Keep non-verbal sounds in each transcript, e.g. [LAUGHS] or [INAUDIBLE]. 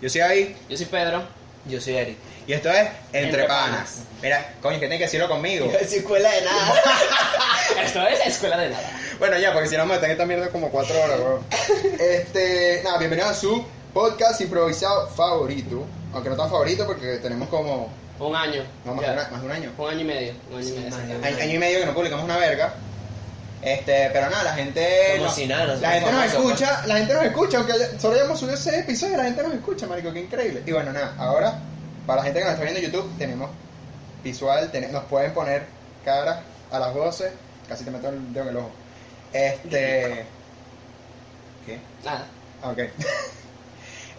Yo soy David. Yo soy Pedro. Yo soy Eric. Y esto es Entre, Entre Panas. Panas. Mira, coño, que tiene que decirlo conmigo. soy escuela de nada. [LAUGHS] Esto es Escuela de Nada. Bueno, ya, porque si no me están esta mierda como cuatro horas, [LAUGHS] weón. Este, nada, bienvenidos a su podcast improvisado favorito. Aunque no tan favorito porque tenemos como Un año. no, más, Ya. de una- más de un año. Un año y medio. Un año y Sí, medio. más de exactamente. Año, año y medio que no publicamos una verga. Este, pero nada, la gente. Como no- si nada, nosotros pues. la gente nos famosos, escucha, la gente nos escucha, aunque haya- solo hayamos subido ese episodio, la gente nos escucha, marico, qué increíble. Y bueno, nada, ahora, para la gente que nos está viendo en YouTube, tenemos visual, ten- nos pueden poner cara a las voces, casi te meto el dedo en el ojo. Este. ¿Qué? Nada. Ah, ok. [LAUGHS]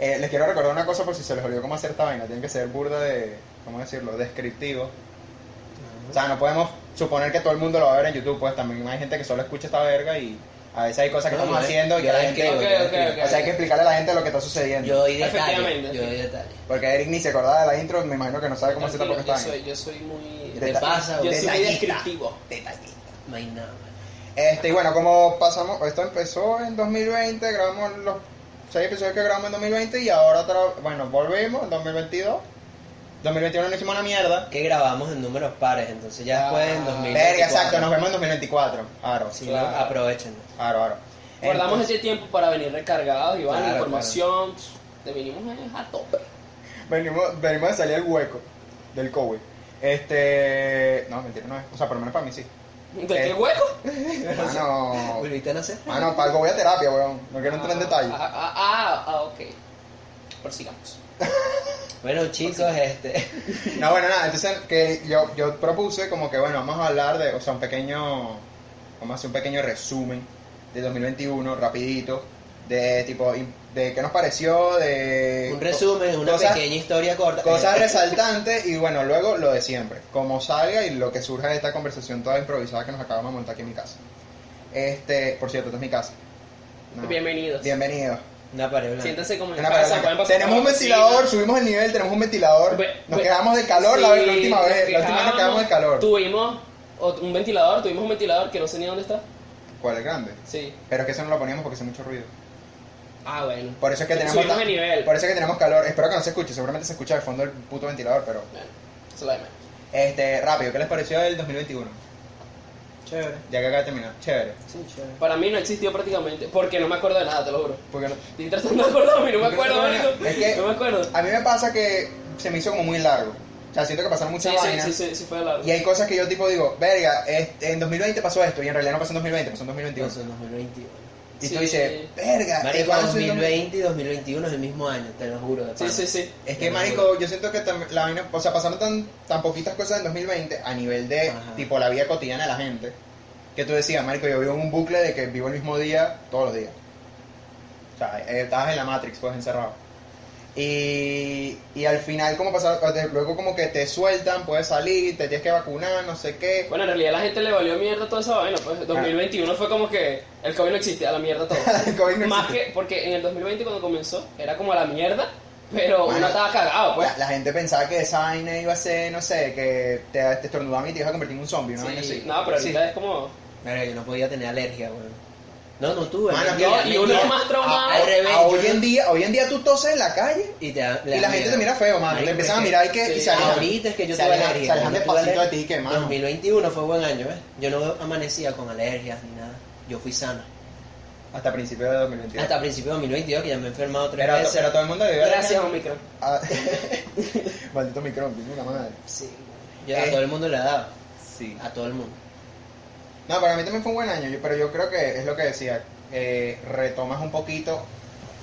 Eh, les quiero recordar una cosa por si se les olvidó cómo hacer esta vaina. Tienen que ser burda de, ¿cómo decirlo? Descriptivo. O sea, no podemos suponer que todo el mundo lo va a ver en YouTube, pues también hay gente que solo escucha esta verga y a veces hay cosas que No, estamos yo- haciendo y yo que la la gente... escribo, Ok, yo la ok, escribo. ok. O sea, hay que explicarle a la gente lo que está sucediendo. Yo doy detalles. Efectivamente, Yo sí. doy detalles. Porque Eric ni se acordaba de la intro, me imagino que no sabe cómo se está Tranquilo, porque yo, está soy, yo soy muy. ¿Te pasa? Yo soy muy detallista. descriptivo. No hay nada. man. Este, y bueno, como pasamos, esto empezó en 2020, grabamos los seis episodios que grabamos en 2020 y ahora, otra- bueno, volvimos en 2022. 2021 no hicimos una mierda. Que grabamos en números pares, entonces ya después en Ah, 2000. Verga, exacto, nos vemos en 2024. Aro, Si sí, no, Claro. aprovechen. aro, aro. Guardamos Entonces- ese tiempo para venir recargados y van Claro, información. pues, Te vinimos eh, a tope. Venimos, venimos de salir del hueco del COVID. Este. No, mentira, no es. O sea, por lo menos para mí sí. ¿De Eh, qué hueco? Mano. ¿Volviste a nacer? Mano, para algo voy a terapia, weón. No quiero entrar en Ah, detalle. Ah, ah, ah, ah, ok. Prosigamos. Bueno, chicos, este. [LAUGHS] No, bueno, nada. Entonces, que yo, yo propuse como que, bueno, vamos a hablar de. O sea, un pequeño. Vamos a hacer un pequeño resumen de 2021, rapidito. De tipo. im- De qué nos pareció, de. Un resumen, una cosas- pequeña historia corta. Cosas Eh, resaltantes y bueno, luego lo de siempre. Como salga y lo que surja de esta conversación toda improvisada que nos acabamos de montar aquí en mi casa. Este, por cierto, esta es mi casa. No. Bienvenidos. Bienvenidos. Una pared blanca. Siéntense como en Una casa. pared pueden blanca. pasar Tenemos un por la cocina. ventilador, subimos el nivel, tenemos un ventilador. Ve- Nos ve- quedamos de calor la, Sí, la última vez. nos La última vez nos quedamos de calor. Tuvimos ot- un ventilador, tuvimos un ventilador que no sé ni dónde está. ¿Cuál es grande? Sí. Pero es que eso no lo poníamos porque hace mucho ruido. Ah, bueno. Por eso es que tenemos Subimos ta- de nivel. Por eso es que tenemos calor. Espero que no se escuche, seguramente se escucha de fondo el puto ventilador, pero Bueno, eso es lo de menos. este, rápido, ¿qué les pareció el 2021? Chévere. Ya que acaba de terminar. Chévere. Sí, chévere. Para mí no existió prácticamente, porque no me acuerdo de nada, te lo juro. Porque no- Estoy tratando de acordarme, no me Porque no acuerdo, tengo nada. marico. Es que- No me acuerdo. A mí me pasa que se me hizo como muy largo. O sea, siento que pasaron Sí, muchas sí, vainas. sí, sí, sí, fue de largo. Y hay cosas que yo tipo digo, verga, este, en 2020 pasó esto, y en realidad no pasó en 2020, pasó en 2021. Entonces, 2021. y Sí. tú dices, verga, ¿qué Marico, pasó en 2020 y 2021 es el mismo año, te lo juro. De Sí, pana. sí, sí. Es que, marico, yo siento que tam- la vaina, o sea, pasaron tan, tan poquitas cosas en 2020 a nivel de, Ajá. tipo, la vida cotidiana de la gente, que tú decías, marico, yo vivo en un bucle de que vivo el mismo día todos los días. O sea, eh, estabas en la Matrix, pues, encerrado. Y, y al final, como pasar, o sea, luego como que te sueltan, puedes salir, te tienes que vacunar, no sé qué. [LAUGHS] Bueno, en realidad la gente le valió mierda toda esa vaina, pues 2021 fue como que el COVID no existía, a la mierda todo. El COVID Ah. [LAUGHS] no Más existe. que, porque en el 2020 cuando comenzó, era como a la mierda, pero Bueno, uno estaba cagado, pues. La, la gente pensaba que esa vaina iba a ser, no sé, que te, te estornudaban y te ibas a convertir en un zombie, una vaina Sí, así. no, pero Sí. ahorita es como... Marico, yo no podía tener alergia, weón. No, no tuve. Mano, mentira, no, y uno mentira. más traumado. Al revés. Ah, hoy yo- en día, hoy en día tú toses en la calle Y, te da- le y da la gente miedo. te mira feo, mano. Marico, te empiezan a es que- mirar y que y sí, se alejan. Ahorita es que yo se tuve alejan- alergia. Se alejan yo de tuve pasito de alergia. ti, que mano. 2021 fue buen año, ¿ves? Yo no amanecía con alergias ni nada. Yo fui sano. Hasta principios de 2022. Hasta principios de 2022, que ya me he enfermado tres Pero, veces. pero todo el mundo le dio Gracias, alergia. Omicron. Ah, [LAUGHS] Maldito micrón, tiene una madre. Sí. Yo a Eh. todo el mundo le daba. Sí. A todo el mundo. No, para mí también fue un buen año, yo- pero yo creo que es lo que decía. eh, retomas un poquito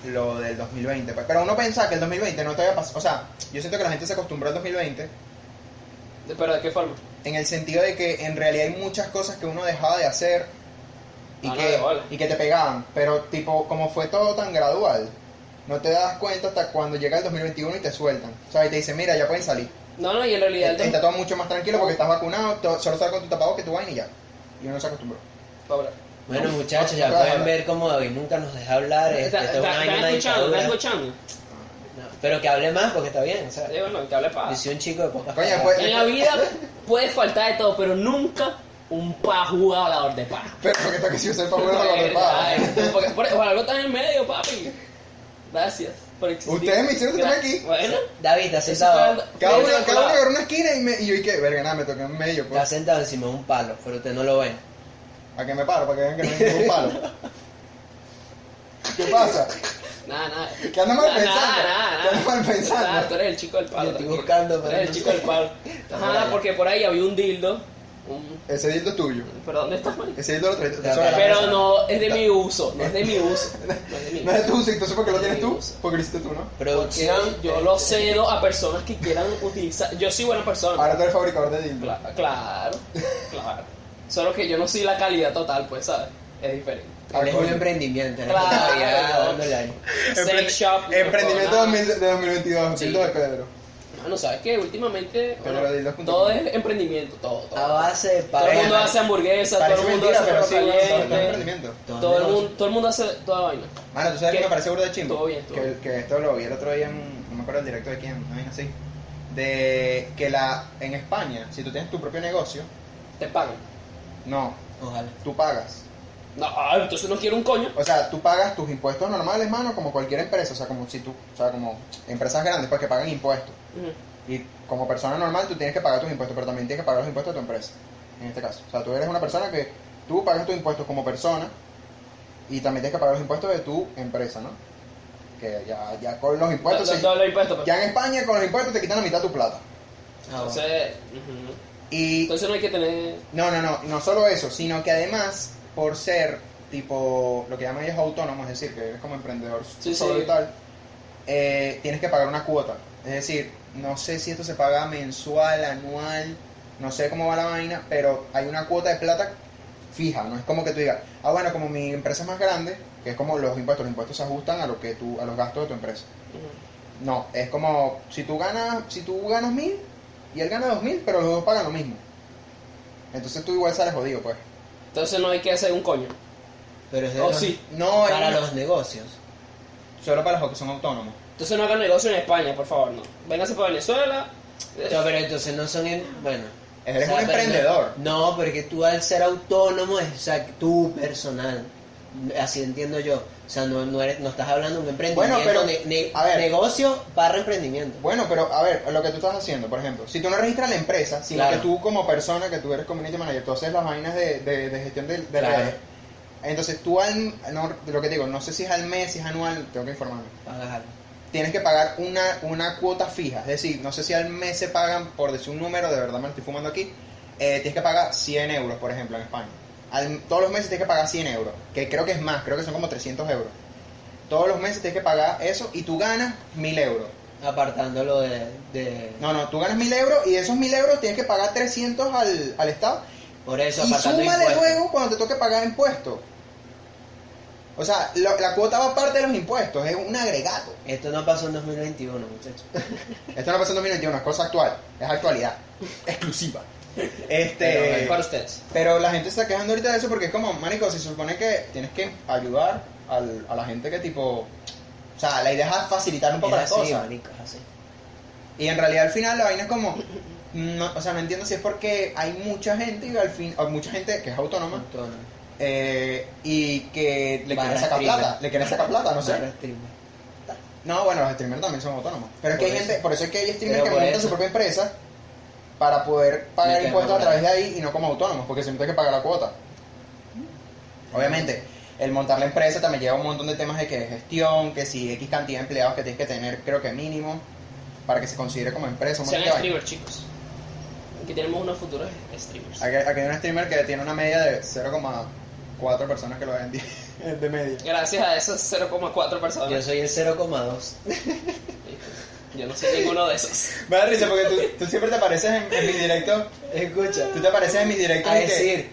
lo del 2020. pues. Pero uno pensaba que el 2020 no te había pasado. O sea, yo siento que la gente se acostumbró al 2020 ¿De- ¿Pero de qué forma? en el sentido de que en realidad hay muchas cosas que uno dejaba de hacer y, Ah, no, que, de bola. y que te pegaban, pero tipo, como fue todo tan gradual, no te das cuenta hasta cuando llega el 2021 y te sueltan. O sea, y te dicen, mira, ya pueden salir. No, no, y en realidad... el Está todo mucho más tranquilo porque estás vacunado, to- solo estás con tu tapabocas, que tu vaina y ya. Y uno se acostumbró. [LAUGHS] Pobre. Bueno, No, muchachos, no, ya no, pueden no. ver cómo David nunca nos deja hablar. Este, Está- este es un está- año, ¿Están una escuchando? ¿Están dictadura. escuchando? No, Pero que hable más porque está bien, o sea. Sí, bueno, que hable Yo paja. soy un chico de pocas Coño, palabras. pues- En la vida puede faltar de todo, pero nunca un pa jugador de paja. Pero porque está que si yo soy favorito con Ay, el papá. porque- por- Ojalá lo estás en medio, papi. Gracias. por existir. Ustedes me hicieron sentar Gra- aquí. Bueno, David, está eso fue sentado. al- Cada fue uno, al- cada uno agarró una esquina y, me, y yo dije, verga, nada, me toqué en medio, Está pues. sentado encima de un palo, pero usted no lo ven. ¿A qué me paro? Para que vean que no hay ningún [LAUGHS] palo. ¿Qué pasa? Nada, nada. ¿Qué andas mal Nada, pensando? nada, ¿Qué andas mal pensando? Nada, tú eres el chico del palo. Yo estoy tranquilo. buscando, Tú pero eres el no chico sé. del palo. por Ajá, allá. porque por ahí había un dildo. Un... Ese dildo es tuyo. ¿Pero dónde estás, marico? Ese dildo lo trajiste tú Ya, sola. Pero no, es de mi uso. No es de mi uso. No es de mi [LAUGHS] No es uso. tu uso, entonces ¿por qué lo tienes tú? Porque Porque lo hiciste tú, ¿no? Producción. Yo lo cedo a personas que quieran utilizar. Yo soy buena persona. Ahora tú eres fabricador de dildo. Cla- Claro, claro. Solo que yo no soy la calidad total, pues, ¿sabes? Es diferente. Ah, Él es un emprendimiento. ¿no? Claro. Todavía dándole ahí. Sex shop. no Emprendimiento puedo nada. 2000 de 2022, Sí. dildo de Pedro. Mano, ¿sabes qué? Últimamente, Pero bueno, de los puntos todo com. es emprendimiento, todo, todo. A base de todo el mundo pareja. hace hamburguesas, todo Parece el mundo hace mentira, pero perro sí, bueno, es un caliente, emprendimiento. todo el mundo, todo el mundo hace toda vaina. Mano, ¿tú sabes ¿Qué? que me parece burda de chimbo? Todo bien, todo que, bien. que esto lo vi el otro día en, no me acuerdo el directo de quién, una vaina así. De que la, en España, si tú tienes tu propio negocio, Te pagan. no, Ojalá. tú pagas. No, ah, entonces no quiero un coño. O sea, tú pagas tus impuestos normales, mano, como cualquier empresa. O sea, como si tú, o sea, como empresas grandes, pues que pagan impuestos. Ujú. Y como persona normal, tú tienes que pagar tus impuestos, pero también tienes que pagar los impuestos de tu empresa. En este caso. O sea, tú eres una persona que tú pagas tus impuestos como persona y también tienes que pagar los impuestos de tu empresa, ¿no? Que ya, ya con los Todo- impuestos. todo- sí. Todos los impuestos. pues. Ya en España, con los impuestos te quitan la mitad de tu plata. Ah, bueno. Entonces, ujú. Y. entonces no hay que tener. No, no, no. y No solo eso, sino que además, por ser tipo lo que llaman ellos autónomo, es decir, que eres como emprendedor Sí, solo sí. y tal, eh, tienes que pagar una cuota. Es decir, no sé si esto se paga mensual, anual, no sé cómo va la vaina, pero hay una cuota de plata fija, no es como que tú digas, ah bueno, como mi empresa es más grande, que es como los impuestos, los impuestos se ajustan a lo que tú, a los gastos de tu empresa. ujú. No, es como si tú ganas, si tú ganas mil y él gana dos mil, pero los dos pagan lo mismo. Entonces tú igual sales jodido, pues. Entonces no hay que hacer un coño. Pero es de Oh, los- sí. No, es para una- los negocios. solo para los que son autónomos. Entonces no hagan negocio en España, por favor, no. Vénganse para Venezuela. Eh, O sea, pero entonces no son. en- bueno. Eres O sea, un pero emprendedor. No, no, porque tú al ser autónomo es o sea, tu personal. Así entiendo yo. O sea, no, no, eres- no estás hablando de un emprendimiento. Bueno, pero- ne- ne- a ver. Negocio barra emprendimiento. Bueno, pero a ver, lo que tú estás haciendo, por ejemplo, si tú no registras la empresa, sino Claro. que tú como persona, que tú eres community manager, tú haces las vainas de, de- de gestión de, de Claro. redes. Entonces tú al, no, lo que te digo, no sé si es al mes, si es anual, tengo que informarme. Pagas algo. Tienes que pagar una, una cuota fija, es decir, no sé si al mes se pagan, por decir un número, de verdad me lo estoy fumando aquí, eh, tienes que pagar 100 euros, por ejemplo, en España. Al- todos los meses tienes que pagar 100 euros, que creo que es más, creo que son como 300 euros. Todos los meses tienes que pagar eso y tú ganas 1000 euros. Apartándolo de. de- No, no, tú ganas 1000 euros y de esos 1000 euros tienes que pagar 300 al, al Estado. Por eso, y apartando súmale impuestos. luego cuando te toque pagar impuestos. O sea, lo- la cuota va aparte de los impuestos, es un agregado. Esto no pasó en 2021, muchachos. Esto no pasó en 2021, es cosa actual, es actualidad, exclusiva. Pero, Este, eh, Para ustedes. pero la gente se está quejando ahorita de eso porque es como, manico, se supone que tienes que ayudar al- a la gente que tipo... O sea, la idea es facilitar un poco Es las así, cosas. marico, es así. Y en realidad al final la vaina es como, no, o sea, no entiendo si es porque hay mucha gente y al fin, o mucha gente que es autónoma Autónomo. eh, y que le quieren Barra sacar streamer. plata, le quieren sacar plata, no Barra sé. streamer. No, bueno, los streamers también son autónomos. Pero es que Por hay eso. gente, por eso es que hay streamers Pero que por montan eso. su propia empresa para poder pagar Meter impuestos a la plata. través de ahí y no como autónomos, porque siempre hay que pagar la cuota. Obviamente, el montar la empresa también lleva un montón de temas de que gestión, que si X cantidad de empleados que tienes que tener, creo que mínimo, para que se considere como este empresa. un montón Sean de vainas. streamers, chicos. Aquí tenemos unos futuros streamers. Aquí, aquí hay un streamer que tiene una media de 0,4 personas que lo ven [LAUGHS] de media. Gracias a esos 0,4 Yo personas. soy el 0,2. Yo no soy ninguno de esos. [LAUGHS] Me da risa porque tú, tú siempre te apareces en, en mis directos. Escucha. Tú te apareces en mis directos A y que- decir,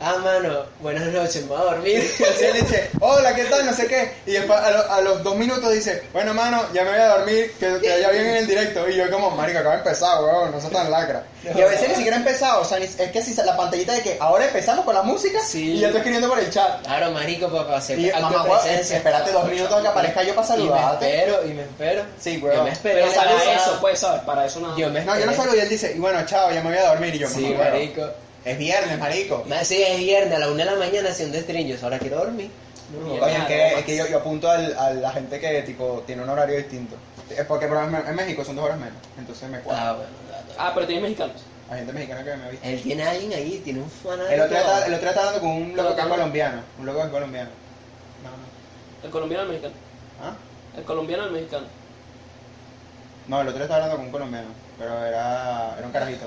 ah, mano, buenas noches, me voy a [LAUGHS] dormir. y así él dice, hola, ¿qué tal? No sé qué. Y después a, lo- a los dos minutos dice, bueno, mano, ya me voy a dormir, que te vaya bien en el directo. Y yo como, marico, acaba de empezar, weón, no seas tan lacra. Y a veces ni siquiera ha empezado, o sea, ni- es que si se- la pantallita de que ahora empezamos con la música Sí. y yo estoy escribiendo por el chat. Claro, marico, papá, se Y mamá, weón, presencia. espérate dos minutos a que aparezca yo para Y me saludarte. espero, y me espero. Sí, Yo weón. me espero. Pero para para eso. eso, pues, ¿sabes? Para eso nada. Yo me No, yo no esperé. salgo y él dice, y bueno, chao, ya me voy a dormir. Y yo, Sí, "Mamá, huevo". marico. Es viernes, marico. Más, Sí, es viernes a la una de la mañana haciendo estriños. Ahora quiero dormir. No, Oye, es que, es que yo, yo apunto al, a la gente que tipo tiene un horario distinto. Es porque por ejemplo, en México son dos horas menos, entonces me cuadra. Ah, Eh, bueno, no, no. Ah, pero tienes mexicanos. Hay gente mexicana que me ha visto. Él tiene a alguien ahí, tiene un fanático. El otro, día estaba, el otro día estaba hablando con un loco que es Colombiano. colombiano. Un loco que es colombiano. No, no. El colombiano o el mexicano. ¿Ah? El colombiano o el mexicano. No, el otro día estaba hablando con un colombiano. Pero era, era un carajito.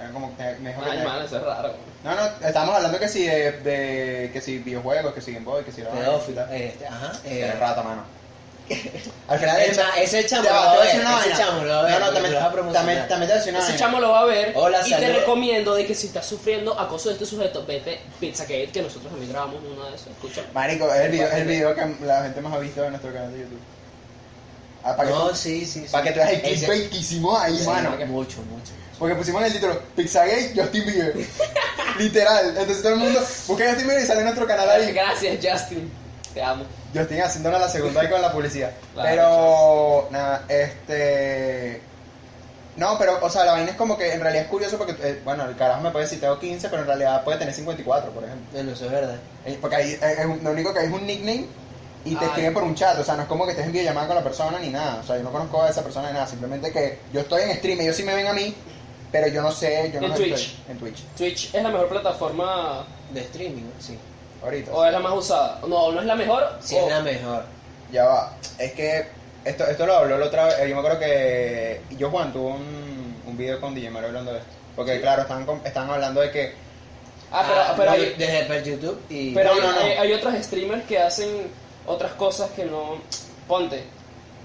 Era como que me dijo que. Ay, tenía- man, eso es raro. No, no, estábamos hablando que si de, de que si videojuegos, que si Game Boy, que si la Pedófilo. Este, ajá. eh, Eres rata, mano. Al final Es del más, ese chamo Te lo va, te va a voy a ver, decir una ese vaina. chamo lo va a ver, No, no, porque también, lo vas a promocionar. también, también te voy a decir una Ese vaina. chamo lo va a ver Hola, y saludos. te recomiendo de que si estás sufriendo acoso de este sujeto, vete Pizzagate, que nosotros también grabamos una de esas. Escucha. Marico, es el video, es el video que la gente más ha visto en nuestro canal de YouTube. Ah, para, No, que, sí, sí. tú, sí. para que tú veas el Ese- clickbait que hicimos ahí, Sí, mano. Mucho, mucho. Porque pusimos en el título Pizzagate Justin [LAUGHS] Bieber. Literal. Entonces todo el mundo busca Justin Bieber y sale en nuestro canal ahí. Gracias, Justin. Te amo. Justin haciéndonos la segunda ahí con la publicidad. Claro, pero, nada, este. No, pero, o sea, la vaina es como que en realidad es curioso porque, eh, bueno, el carajo me puede decir tengo 15, pero en realidad puede tener 54, por ejemplo. Bueno, eso es verdad. Eh, Porque ahí, eh, es un- lo único que hay es un nickname y te Ay. escriben por un chat. O sea, no es como que estés en videollamada con la persona ni nada. O sea, yo no conozco a esa persona ni nada. Simplemente que yo estoy en stream, ellos sí me ven a mí, pero yo no sé. Yo no En sé Twitch. estoy- En Twitch. Twitch es la mejor plataforma De streaming, sí. Oh. Ahorita. o es la más usada. No, no es la mejor. Sí, o- es la mejor. Ya va. Es que esto, esto lo habló la otra vez. eh, Yo me acuerdo que yo, Juan, tuvo un, un video con DJ Mario hablando de esto. Porque, claro, están, con- están hablando de que. Ah, pero, Ah, pero no, hay, Desde per YouTube y... pero No, hay- no, no. hay- hay otros streamers que hacen otras cosas que no. Ponte,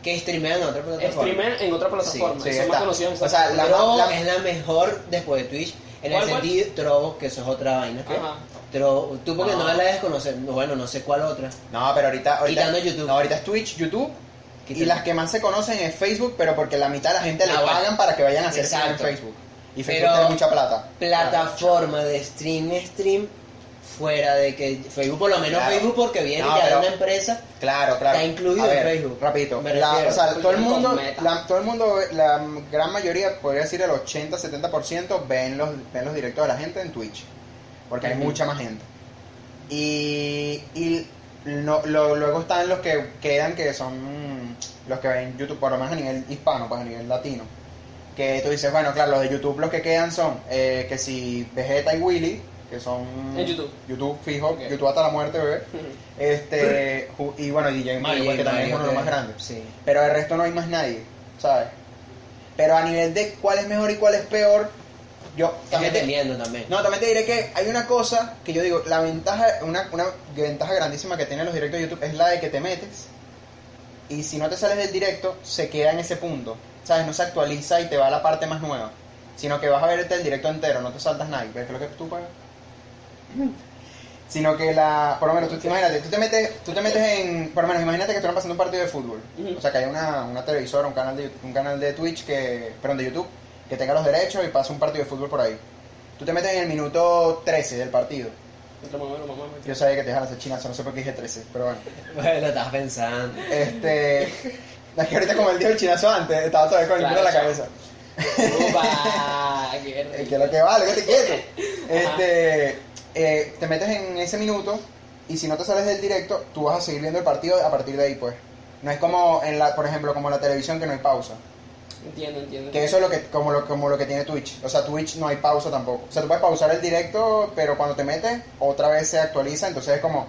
que streamean en otra plataforma. streamen en otra plataforma. Sí, sí, y son está. más conocidos en esa O sea, plataforma. La- Trovo la- es la mejor después de Twitch. En el ¿Cuál, cuál? sentido, Trovo, que eso es otra vaina. Ajá. [LAUGHS] Trovo, tú porque no, No. la debes conocer. Bueno, no sé cuál otra. No, pero ahorita. ahorita Quitando YouTube. No, ahorita es Twitch, YouTube. Y las que más se conocen es Facebook, pero porque la mitad de la gente le Ah, bueno. pagan para que vayan a hacer stream en Exacto. Facebook. Y Facebook Pero- tiene mucha plata. Plataforma de stream, stream, fuera de que Facebook, por lo menos Claro. Facebook porque viene No, ya pero- de una empresa. Claro, claro. Está incluido A en ver, Facebook. Rapidito. Me La- refiero. o sea, todo el Con mundo, Meta. la, todo el mundo, la gran mayoría, podría decir el 80-70% ven los, ven los directos de la gente en Twitch. Porque hay Ujú. mucha más gente. Y, y no- lo- luego están los que quedan, que son los que ven YouTube, por lo menos a nivel hispano, pues a nivel latino. Que tú dices, bueno, claro, los de YouTube los que quedan son eh, que si Vegeta y Willy, que son... En YouTube. YouTube fijo, Ok. YouTube hasta la muerte, bebé. Este, ju- y bueno, DJ Mario, pues, Y que también es uno de los más que- grandes. Sí. Pero el resto no hay más nadie, ¿sabes? Pero a nivel de cuál es mejor y cuál es peor, yo Estás también te, entendiendo también. no, también te diré que hay una cosa que yo digo, la ventaja, una, una ventaja grandísima que tienen los directos de YouTube es la de que te metes y si no te sales del directo, se queda en ese punto, ¿sabes? No se actualiza y te va a la parte más nueva, sino que vas a verte el directo entero, no te saltas nadie, ¿ves lo que tú pagas? Sino que la, por lo menos, tú, imagínate, tú te metes, tú te metes en, por lo menos, imagínate que están pasando un partido de fútbol, Ujú. o sea, que hay una, una televisora, un canal de, un canal de Twitch que, perdón, de YouTube, que tenga los derechos y pasa un partido de fútbol por ahí. Tú te metes en el minuto 13 del partido. Entre mamá y mamá, mamá. Yo sabía que te dejan hacer chinazo, no sé por qué dije 13, pero bueno. Bueno, [LAUGHS] lo estás pensando. Este. [LAUGHS] Es que ahorita, como él dijo el chinazo antes, estaba todavía con el pelo en la Claro, cabeza. Upa, qué rico. [LAUGHS] El que lo que vale, que te [LAUGHS] quieto. Este. eh, te metes en ese minuto y si no te sales del directo, tú vas a seguir viendo el partido a partir de ahí, pues. No es como, en la, por ejemplo, como en la televisión que no hay pausa. Entiendo, entiendo. Que eso es lo que, como lo, como lo que tiene Twitch. O sea, Twitch no hay pausa tampoco. O sea, tú puedes pausar el directo, pero cuando te metes, otra vez se actualiza. Entonces es como,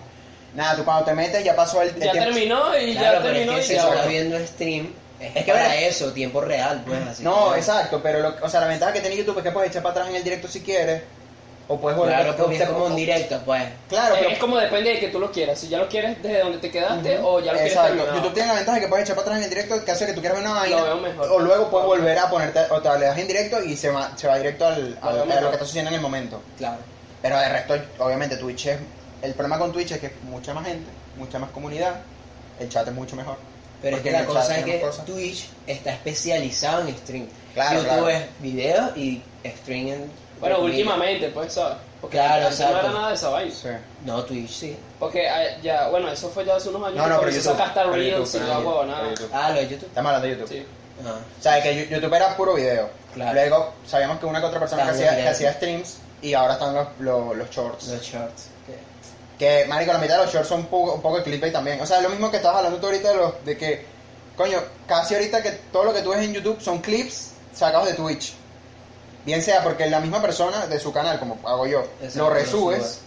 nada, tú cuando te metes ya pasó el, el Ya tiempo. terminó y Claro, ya pero terminó es que y si ya. exacto. estás viendo stream, es que que ver- para eso, tiempo real, pues así. No, que- exacto, pero lo- o sea, la ventaja que tiene YouTube es que puedes echar para atrás en el directo si quieres. O puedes volver Claro, o porque es te- como un directo, pues. Claro, Eh, pero. es como depende de que tú lo quieras. Si ya lo quieres desde donde te quedaste Ujú. o ya lo quieres Exacto. terminado. YouTube tiene la ventaja de que puedes echar para atrás en el directo en caso de que tú quieras ver una vaina. veo mejor. O luego puedes volver a ponerte, o te le das en directo y se va, se va directo al, Lo al- veo a lo mejor. que está sucediendo en el momento. Claro. Pero de resto, obviamente, Twitch es. El problema con Twitch es que es mucha más gente, mucha más comunidad, el chat es mucho mejor. Pero Porque es que el la chat cosa es tiene que unas cosas. Twitch está especializado en stream. Claro, YouTube claro. es videos y stream en. Bueno, en vivo. últimamente, pues, ¿sabes? Porque Claro, antes no exacto. era nada de esa vaina. Sí. No, Twitch sí. Porque ah, ya, bueno, eso fue ya hace unos años. No, no, cuando pero se YouTube. saca hasta pero Reels y YouTube, la pero huevonada. YouTube, pero YouTube. Ah, lo de YouTube. Estamos hablando de YouTube. Sí. Ah. O sea, que Yu- YouTube era puro video. Claro. Luego sabíamos que una que otra persona que Estaba hacía, que directo. hacía streams y ahora están los, los, los shorts. Los shorts. Que, marico, la mitad de los shorts son un poco, un poco de clickbait también. O sea, es lo mismo que estabas hablando tú ahorita de, los, de que, coño, casi ahorita que todo lo que tú ves en YouTube son clips sacados de Twitch. Bien sea porque la misma persona de su canal, como hago yo, Exacto, lo lo resubes sube.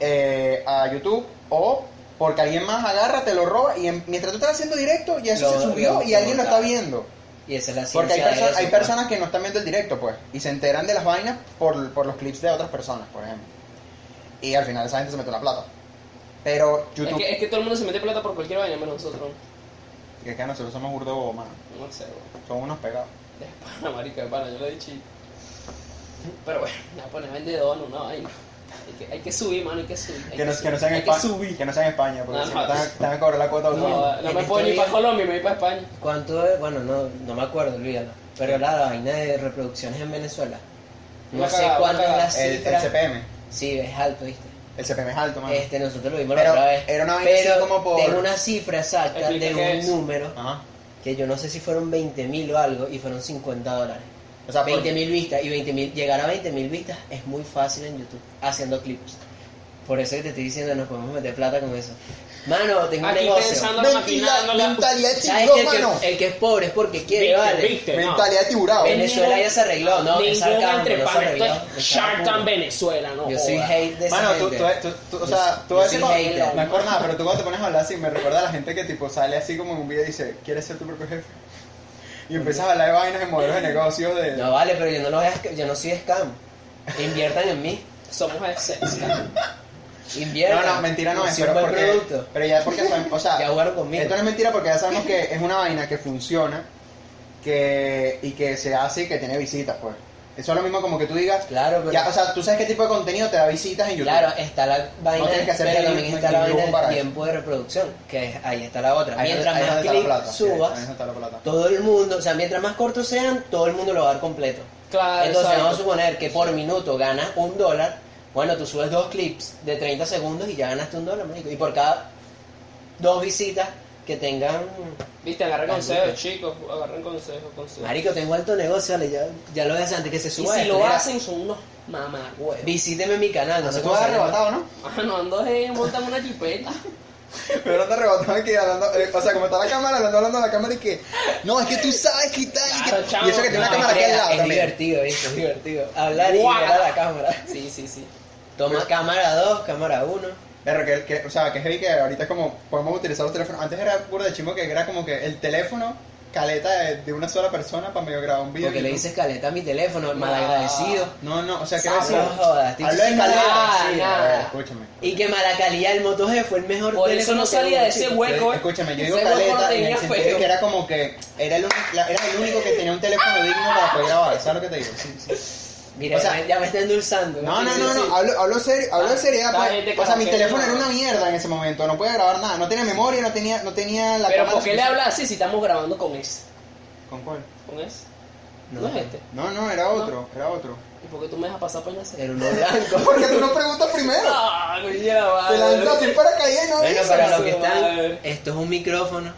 eh, a YouTube o porque alguien más agarra, te lo roba y en- mientras tú estás haciendo directo ya eso Lo- se subió lo- y alguien lo está montaron. viendo. Y esa es la Porque ciencia. hay, de perso- eso, hay pues. personas que no están viendo el directo, pues, y se enteran de las vainas por, por los clips de otras personas, por ejemplo. Y al final esa gente se mete la plata. Pero Es YouTube, que, es que todo el mundo se mete plata por cualquier vaina menos nosotros. que, es que nosotros somos burdo bobo, mano. No sé, weón. Somos unos pegados. De [LAUGHS] pana, marica, de pana, yo lo he dicho. y- Pero bueno, me voy a poner vendedor, una vaina. Hay que, hay que subir, mano, hay que subir. hay Que no, subir, que no sean en hay que España. subir. Que no sean en España, porque No, si no. no te van- te van a cobrar la cuota de No, Unión. no, me en puedo ni para estos días- Colombia, me voy para España. ¿Cuánto es? Bueno, no, no me acuerdo, olvídalo. Pero la vaina de reproducciones en Venezuela. No Una sé cagada, cuánto una es la cagada. El, cifra. el CPM. Sí, es alto, ¿viste? El CPM es alto, mano. Este, nosotros lo vimos Pero la otra vez. era una vaina pero así como por- tengo una cifra exacta Explica de qué un es. número Ajá. que yo no sé si fueron 20 mil o algo y fueron 50 dólares. O sea, por- 20 mil vistas y 20 mil, llegar a 20 mil vistas es muy fácil en YouTube haciendo clips. Por eso que te estoy diciendo, nos podemos meter plata con eso. Mano, tengo Aquí un negocio. pensando, Mentira, maquinando la- mentalidad de ¿Sabes que tiburón, el, que mano. el que es pobre es porque quiere, Viste, vale? viste, este, no. Mentalidad de tiburón. Ven- Venezuela ya se arregló, ¿no? Es Ningún sarcasmo, entre no se panas, esto arregló, es es sarcasmo. Shark Tank Venezuela, no Yo soy joda. hate de esa Mano, tú, gente. tú, tú- tú- o Yo- sea, tú yo así soy como- hater. no es por nada, pero tú cuando te pones a hablar así, me recuerda a la gente que tipo sale así como en un video y dice, ¿quieres ser tu propio jefe? Y empiezas a hablar de vainas de modelos de negocios de... No vale, pero yo no, los, esca- yo no soy scam. Inviertan en mí. Somos de sexta. Inviertan. No, no, mentira no es, Soy pero, un buen porque- producto. pero ya porque saben- o sea, [LAUGHS] Ya jugaron conmigo. esto no es mentira porque ya sabemos que es una vaina que funciona que, y que se hace y que tiene visitas, pues. Eso es lo mismo como que tú digas, Claro, pero- ya, o sea, tú sabes qué tipo de contenido te da visitas en YouTube. Claro, está la vaina, No tienes que hacer pero ningún- también está la ningún vaina del para eso. tiempo de reproducción, que es- ahí está la otra. Ahí es donde- mientras ahí es más donde está la plata, clips sí, ahí es subas, donde está la plata. todo el mundo, o sea, mientras más cortos sean, todo el mundo lo va a dar completo. Claro, Entonces Ah, exacto. vamos a suponer que por minuto ganas un dólar, bueno, tú subes dos clips de 30 segundos y ya ganaste un dólar, marico. Y por cada dos visitas que tengan... Viste, agarren Maldito. consejos, chicos. Agarren consejos, consejos. Marico, tengo alto negocio, vale, ya, ya lo ves antes que se y suba. si esto, lo mira, hacen, son unos mamagüeos. Visíteme mi canal, no sé tú cómo vas se llama. arrebatado, ¿no? Mano, ando ahí, montan una chipeta. Pero no te rebotaba que hablando, eh, o sea, como está la cámara, hablando, hablando a la cámara y que, no, es que tú sabes que tal, y, que- Ah, Claro, chamo, y eso que tiene no, una cámara aquí es, al lado es también. divertido, ¿viste? [LAUGHS] es divertido. Hablar y Guau. mirar a la cámara. Sí, sí, sí. Toma cámara 2, cámara 1. Pero que, que- o sea, que heavy que ahorita es como, podemos utilizar los teléfonos, antes era puro de chimo que era como que el teléfono, caleta de, de una sola persona para medio grabar un video. Porque le dices caleta a mi teléfono, No. mal agradecido. No, no, o sea, que Ah, decir, no jodas, estoy hablo de diciendo caleta, nada, sí, nada. a ver, escúchame. Y que mala calidad el Moto G fue el mejor Por eso teléfono no que salía hubo, de ese chico. hueco. Yo- Escúchame, yo digo Ese hueco no caleta en tenía el sentido de feo. que era como que era el, único, la- era el único que tenía un teléfono digno para poder grabar, ¿sabes lo que te digo? Mira, O sea, ya me- ya me está endulzando. No, no, Sí, no, sí, sí. no, hablo, hablo, serio, hablo de Ah, seriedad. esta pues. gente o sea, como mi que teléfono no. era una mierda en ese momento, no podía grabar nada, no tenía memoria, no tenía, no tenía la Pero cámara ¿por qué le suficiente. hablas así si estamos grabando con ese? ¿Con cuál? ¿Con ese? No, No. es este. No, no, era otro, era otro. [LAUGHS] ¿Y por qué tú me dejas pasar por nacer? Era uno blanco. Porque tú no preguntas primero. Ah, ya va. Te lanzas sin paracaídas y no Bueno, dices. para los sí, que están, madre. esto es un micrófono.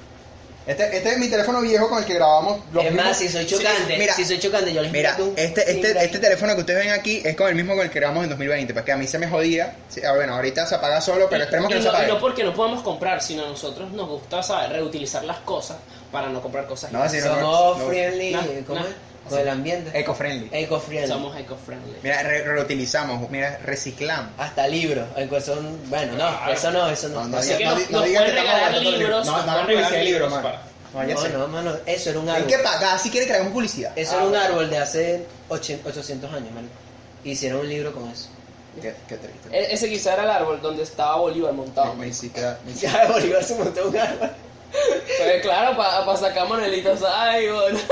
Este, este es mi teléfono viejo con el que grabamos los es más, mismos- si soy chocante, Sí, mira. si soy chocante, yo les Mira, meto un- este, mira este, ahí. este teléfono que ustedes ven aquí es con el mismo con el pues que grabamos en 2020, porque a mí se me jodía. Sí, ah, bueno, ahorita se apaga solo, pero esperemos que y no se no, y apague. no porque no podamos comprar, sino a nosotros nos gusta ¿sabes? reutilizar las cosas para no comprar cosas. No, si no, no, Somos no. friendly, No, ¿cómo no. es? Con el ambiente. Eco-friendly. Eco-friendly. Somos eco-friendly. Mira, re- reutilizamos, mira, reciclamos. Hasta libros, aunque son, bueno, no, eso no, eso no. No, No, no, no, Así diga- que no nos- di- nos no digas pueden que estamos regalar hablando de libros. libros, No, nos no, pueden regalar regalar libros, libros, mano. No, ya sé. no, mano, eso era un Hay árbol. que pagar Ah, si quiere que le hagamos publicidad. Eh, Eso era un árbol de hace ochen- 800 años, mano. Hicieron un libro con [LAUGHS] eso. Qué, qué triste. E- ese quizá era el árbol donde estaba Bolívar montado. Me hiciste dar- me hiciste- Ya Bolívar se montó un árbol. Pero Pues, claro, para sacar Manuelitos. Ay, bueno. [LAUGHS]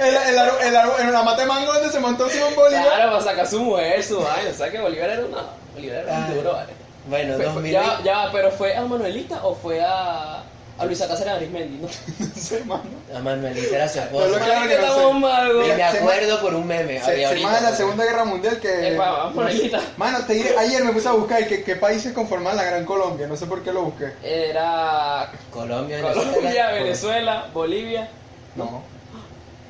El, el, árbol- el árbol- en la mata de mango donde se montó Simón Bolívar. Claro, [LAUGHS] para sacar su mujer, su vaina. O sea que Bolívar era una. Bolívar era un Ay. duro, vale. Bueno, Fue- 2000. ya, ya, pero fue a Manuelita o fue a. A Luisa Cáceres Arismendi, ¿no? Se mandó. A Manuelita era su No [LAUGHS] lo esposa. claro que no Estamos sé. mal, güey. Y me Mira, se acuerdo por un meme. Se, había se ahorita, más de la pues. Segunda Guerra Mundial que... Epa, vamos, Manuelita. Mano, te diré, ayer me puse a buscar qué, qué países conforman la Gran Colombia, no sé por qué lo busqué. Era Colombia, Venezuela. Colombia, Venezuela, Bolivia, No.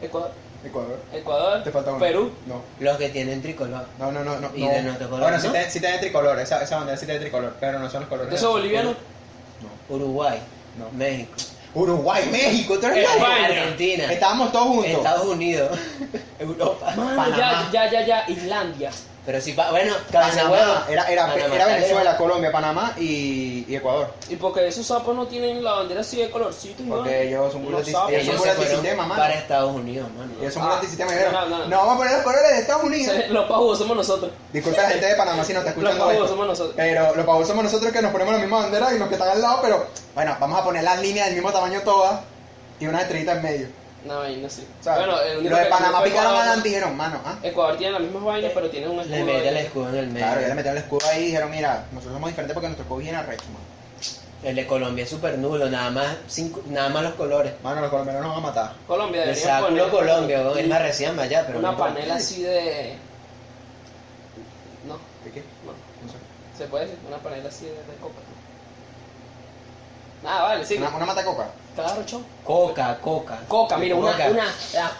Ecuador. Ecuador. Ecuador, Te falta uno. Perú. No. Los que tienen tricolor. No, no, no, no. Y de nuestro color, Bueno, ¿no? sí tiene, sí tiene tricolor, esa, esa bandera sí tiene tricolor, pero no son los colores. Entonces, boliviano, Uruguay, No. no. México, Uruguay, México, tú eres loco. España. Argentina, Estábamos todos juntos. [LAUGHS] Estados Unidos, Europa. mano, ya, Panamá. ya, ya, ya, Islandia. Pero si, pa- bueno, cabeza de huevo. Panamá. Era, era, Panamá, era está Venezuela, Colombia, Panamá y, y Ecuador. Y porque esos sapos no tienen la bandera así de colorcito, mano. Porque ellos son muy Los lati- sapos. lejos. Ellos Ellos son se un fueron antisistema, mano. para Estados Unidos, mano. Ellos son Ah, un antisistema. y dijeron, no, no, no. No, vamos a poner los colores de Estados Unidos. Se- [LAUGHS] Los pavos somos nosotros. Disculpa la gente de Panamá si nos está Los escuchando pavos esto. somos nosotros. Pero los pavos somos nosotros que nos ponemos la misma bandera y los que están al lado, pero bueno, vamos a poner las líneas del mismo tamaño todas y una estrellita en medio. No, ahí no sé. ¿sabes? Bueno, el único los de que Panamá fue picaron Ecuador. adelante y dijeron, mano, ah, Ecuador tiene las mismas vainas, pero tiene un escudo. Le mete el de- escudo en el medio. claro, ya le metieron el escudo ahí y dijeron, mira, nosotros somos diferentes porque nuestro escudo viene arrecho, mano. El de Colombia es súper nulo, nada más, cinco- nada más los colores. Mano, los colombianos nos van a matar. Colombia Le debería saco uno poner Colombia, weón, es más recién allá, pero una no importa. panela así de no, ¿De qué? no, No sé. se puede decir una panela así de, de coca. Nada, vale, sí. Una, una matacoca. Claro, chon. Coca, coca. Coca, mira, una, Coca. una, la-